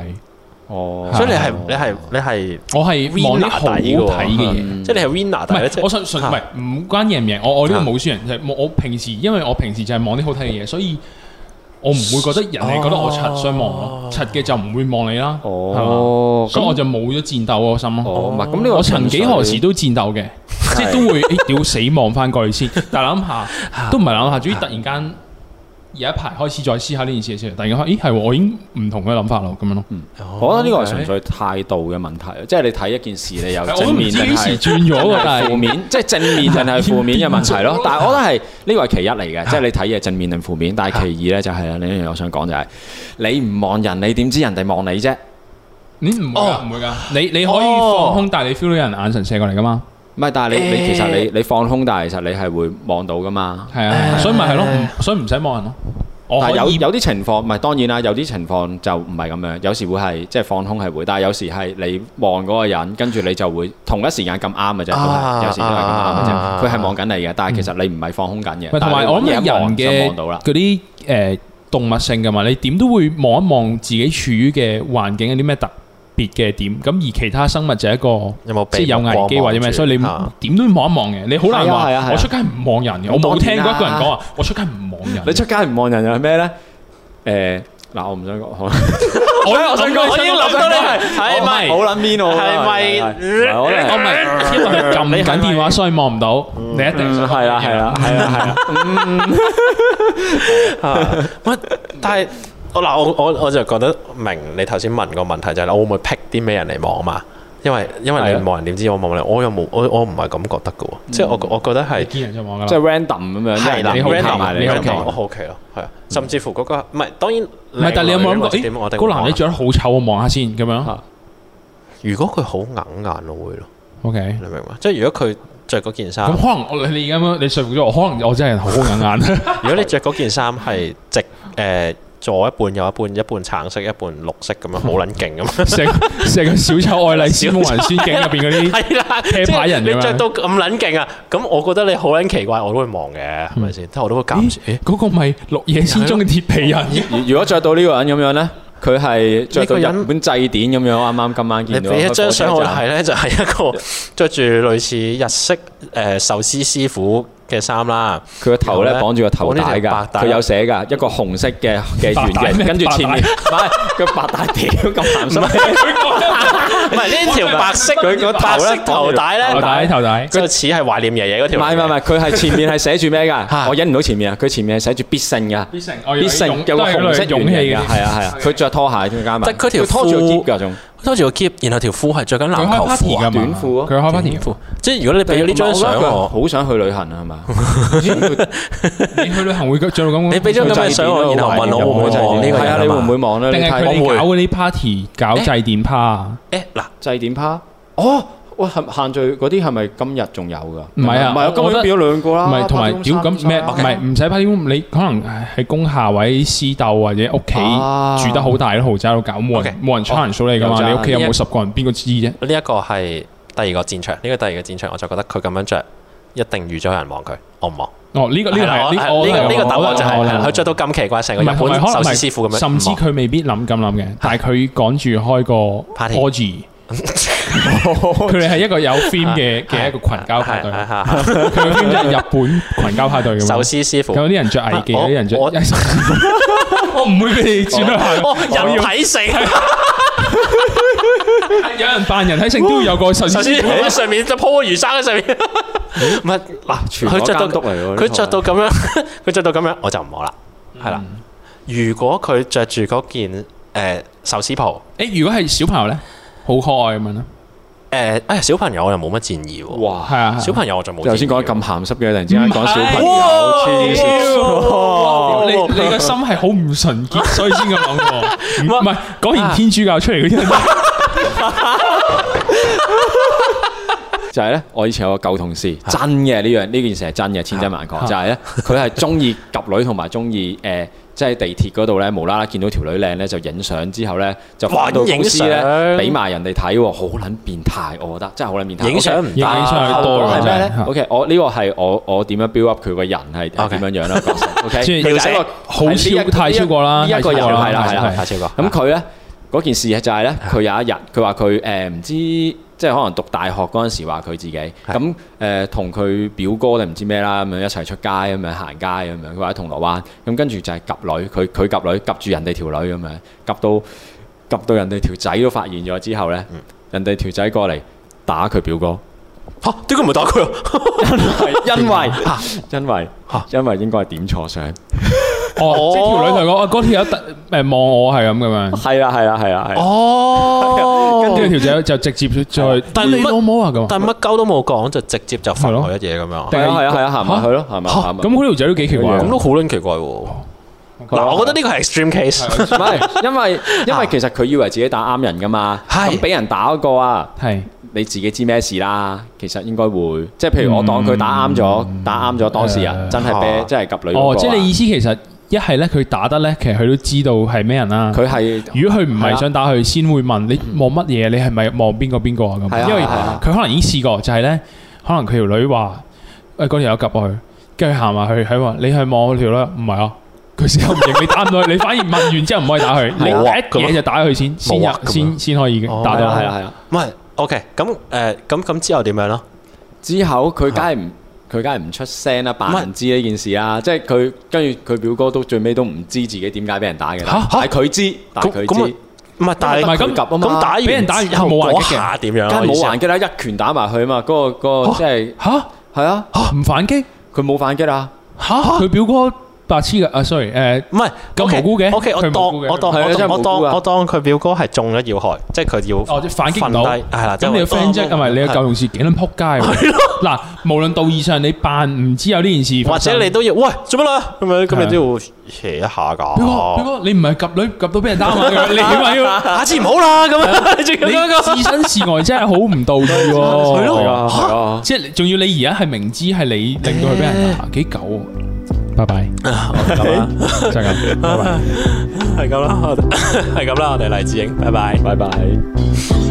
哦所以你係啊你係你係，我係望啲 Winner 好底睇嘅喎嘅嘢。即係你係 winner，唔但係咧即係，係我信信唔係唔關贏唔贏，我我呢個冇輸人，就係我我平時因為我平時就係望啲好睇嘅嘢，所以我唔會覺得人哋覺得我柒，所以望我柒嘅就唔會望你啦，係嘛？哦哦，所以我就冇咗戰鬥嗰個心咯。哦，唔係咁呢個我曾幾何時都戰鬥嘅，即係都會誒屌死望翻過去先，但係諗 [LAUGHS] 下都唔係諗下，主要突然間有一排開始再思考呢件事嘅時候，突然間哎咦係喎，我已經唔同嘅諗法咯，咁樣咯。嗯我哦覺得呢個係純粹態度嘅問題，啊即係你睇一件事，你有係我都正唔面知定幾時係轉咗喎，[LAUGHS] 但係負係面，即係正面定 [LAUGHS] 係負面嘅問題咯。但係我覺得係呢個係其一嚟嘅，即係你睇嘢正面定負面。但係其二咧就係啦，另一樣嘢我想講就係你唔望人，你點知人哋望你啫？你唔會哦㗎，唔會㗎。你你可以哦放空，但係你 feel 到有人眼神射過嚟㗎嘛？唔係，但係你你其實你誒你放空，但係其實你係會望到噶嘛。係啊，所以咪係咯，唔所以唔使望人咯。我但係可有以有啲情況，唔係當然啦，有啲情況就唔係咁樣，有時會係即係放空係會，但係有時係你望嗰個人，跟住你就會同一時間咁啱嘅啫，都啊係有時都係咁啱嘅啊啫。佢係望緊你嘅，但係其實你唔係放空緊嘅。喂同埋我諗但係你望人一望就嘅望到啦。嗰啲誒動物性㗎嘛，你點都會望一望自己處於嘅環境有啲咩特別嘅點，咁而其他生物就係一個。有冇即係有危機或者咩，所以你點都要望一望嘅。你好難係啊係啊係話啊我出街唔望人嘅，咁我冇當聽然過一個人啦講話我出街唔望人。你出街唔望人又係咩咧？誒嗱，我唔想 [LAUGHS] 講。我我想講我已經諗到你 [LAUGHS] 係係我咪好撚 mean 我覺得係咪係係我我唔咧係因為佢撳緊電話，所以望唔到。你一定嗯係啦係啦係 [LAUGHS] 啦係啦。啊乜？但係我嗱，我我我就覺得明你頭先問個問題就係我會唔會 pick 啲咩人嚟望嘛？因為因為係你啊望人點知我望你？我又冇我我唔係咁覺得嘅喎，即係我我覺得係見人就望噶即啦係。random 咁樣，係啦因為你好 random，奇埋你你好好奇奇我好奇咯，係啊，甚至乎嗰個唔係當然唔係，但係你有冇諗過？點我誒，嗰個男仔仔着得好醜，我望下先咁樣。如果佢好硬眼我會咯， OK，你明嘛？即係如果佢着嗰件咁衫，可能我你你咁樣，你說服咗我，可能我真係好眼啊眼。如果你着嗰件衫係直誒左一半右一半，一半橙色一半綠色咁 [LAUGHS] 樣，好撚勁咁樣。 [LAUGHS] 成成個小丑愛麗絲夢人仙境入邊嗰 [LAUGHS] 啲，係啦，車牌人即係咁樣你着到咁撚勁啊！咁我覺得你好撚奇怪，我都會望嘅，係咪先？即係我都會減住。嗰個咪綠野仙蹤嘅鐵皮人。如如果着到呢個人咁樣咧，佢係着到呢個人日本祭典咁樣，啱啱今晚你見到。俾一張相我開火車睇咧，就係一個 [LAUGHS] 着住類似日式誒壽司師傅嘅衫啦，站佢個頭咧然後呢綁住個頭綁帶呢條白㗎，帶佢有寫㗎，一個紅色嘅 [LAUGHS] 嘅白帶圓形，咩跟住前面唔白係佢白帶屌咁鹹濕，唔係呢條白色佢個頭白色咧頭帶 [LAUGHS] 頭咧，帶頭帶， [LAUGHS] 就似係懷念爺爺嗰唔條嚟嘅。係唔係唔係，佢係前面係寫住咩 [LAUGHS] 㗎？嚇我忍唔到前面啊！佢前面係寫住必勝㗎，必哦勝，必勝有個紅色勇勇氣氣嘅嘅，，係 [LAUGHS] 啊係啊，佢着拖鞋添加埋，但係佢條拖住個褲 keep 㗎仲。拖住個 keep，然後條褲係着緊佢籃開球 party 褲㗎嘛啊，短褲咯佢開 party 短褲。即係如果你俾咗呢張相我，好想去旅行啊，係嘛？你去旅行會着到咁，你俾張咁嘅相我，然後問我會唔會望呢個係人啊？啊你會唔會嘛？望咧？定你係睇佢我哋會搞嗰啲 party 搞祭典趴啊？誒嗱。祭典趴？哦，喂，限限聚嗰啲係咪今日仲有㗎？唔係唔啊係啊，今我日覺得變咗兩個唔啦。係同埋屌咁咩？唔八點三係唔使 party room，你可能喺工廈位私鬥或者屋啊企住得好大嘅豪宅度搞，冇人 OK 冇人 challenge 到你噶有嘛？咋你屋企有呢冇一十個人邊個知啫？呢一個係第二個戰場，呢、個第二個戰場我就覺得佢咁樣着一定預咗有人望佢，我唔望。哦，呢個呢個係啦係我呢係呢個呢個答案就係係啦佢最着到咁奇怪，成唔個日係本同埋可能壽唔司師傅咁係，樣，甚至佢未必諗咁諗嘅，但係佢趕住開個 Party orgy。佢哋係一個有 theme 嘅嘅一個群交派對，佢對嘅 theme 就係日本群交派對咁壽樣。司師傅咁。有啲人着藝妓，有我啲人着我我唔會俾你 [LAUGHS] 轉去行。哦，我人要體性有人扮人體性都要有個 [LAUGHS] 壽壽司司師傅喺上面就鋪個魚生喺 [LAUGHS] 上面，唔係嗱，全裸佢着到監督嚟喎呢佢套着到咁樣， [LAUGHS] 佢着到咁樣我就唔望啦，係啦。如果佢着住嗰件誒壽司袍，誒，如果係小朋友咧，好可愛咁樣啦。誒哎呀小朋友我又冇乜戰意喎，哇！係啊，小朋友我就冇戰意喎。頭先講得咁鹹濕嘅，突然之間講小朋友，哇哇黐線！你你個心係好唔純潔，所以先咁 [LAUGHS] 諗喎。唔唔係講啊完天主教出嚟嗰啲人，就係咧，我以前有個舊同事，真嘅呢樣呢件事係真嘅，千真萬確。嚇就係咧，佢係中意及女同埋中意誒，即係地鐵嗰度咧，無啦啦見到條女靚咧，就影相之後咧，就哇翻到公司影咧，相俾埋人哋睇喎，好撚變態，我覺得真係好撚變態。影相唔影得相係多啊係嘅咩咧真係。 ？OK，我呢個係我我點樣 build up 佢個人係係點樣樣啦講實？OK，[LAUGHS] [LAUGHS] 即係佢就係一個好超太超過呢啦一個人太超過啦啊係啦係太超過啦太超過。咁佢咧嗰件事就係咧，佢有一日佢話佢誒唔知，即係可能讀大學嗰陣時話佢自己咁誒同佢表哥定唔知咩啦咁樣一齊出街咁樣行街咁樣，佢話喺銅鑼灣咁跟住就係及女，佢佢及女及住人哋條女咁樣，及到及到人哋條仔都發現咗之後咧，人哋條仔過嚟打佢表 [LAUGHS] 哥，吓，點解唔係打佢啊？因為 [LAUGHS] 因為嚇因為應該係點錯相，哦，即係條女同佢講，哦嗰條友特誒望我係咁咁樣，係啊啦係啦係啦係啦。哦，跟住條仔就直接哦再，但係你乜老母啊咁啊，但乜鳩都冇講，就直接就罰佢一嘢咁樣。係啊係啊係啊，行埋去咯，行埋嚇行埋咁。嗰條仔都幾奇怪咁咁都好撚奇怪喎！哦嗱，我覺得呢個係 extreme case，唔係，因為因為其實佢以為自己打啱人噶嘛，係咁俾人打嗰個啊，係你自己知咩事啦。其實應該會，即係譬如我當佢打啱咗，打啱咗當事人，誒真係嚇啤，真係及女嗰個啊。哦，即係你意思其實一係咧佢打得咧，其實佢都知道係咩人啦。佢係如果佢唔係係啦想打佢，先會問你嗯望乜嘢？你係咪望邊個邊個啊？係啊咁，因為係啊佢可能已經試過，就係咧，可能佢條女話：，誒嗰條友夾我去，跟住行埋去，佢話你係望我條女，唔係啊。佢先唔認你打唔到佢，你反而問完之後唔可以打佢，你 [LAUGHS] 冇啊一嘢就打佢先，先冇啊咁樣先先可以哦打係啊到啦係佢。啦係啦。唔係 OK。咁誒，咁咁之後點樣咯？之後佢梗係唔。佢梗係唔出聲啦，扮唔知呢件事啦，即係佢跟住佢表哥都最尾都唔知自己點解俾人打嘅，嚇但係佢知，但係咁佢咁知啊，唔係，但係唔係咁佢及啊嘛，咁打完俾人打完之後冇還擊嘅嗰下點樣啊？梗係我意思冇係還擊啦，一拳打埋去啊嘛，嗰個嗰個即係嚇係啊，嚇唔反擊佢冇反擊啊啦。嚇！佢表哥白痴嘅啊，sorry 誒，唔係咁無辜嘅 O K，我佢當無辜嘅我當係啊我真當係我當無辜啊我當佢表哥係中咗要害，即係佢要哦即係反擊唔到瞓低係啦。即係咁你個我 friend 啫，係咪？你個舊同事幾撚撲街喎？嗱，無論道義上你扮唔知有呢件事發或生，者你都要喂做乜啦？咁樣咁係啊你都要扯一下噶。表哥，表哥，你唔係及女及到俾人打嘛？ [LAUGHS] 你點解 [LAUGHS] 要？下次唔好啦，咁 [LAUGHS] 樣你仲咁樣你置身事外真係好唔道義喎！係咯係啊。即係仲要你而家係明知係你令到佢俾人打，幾狗啊！拜拜， [LAUGHS] 就係咁，拜拜。係咁啦，我哋係咁啦，我哋黎智英，拜拜。拜拜。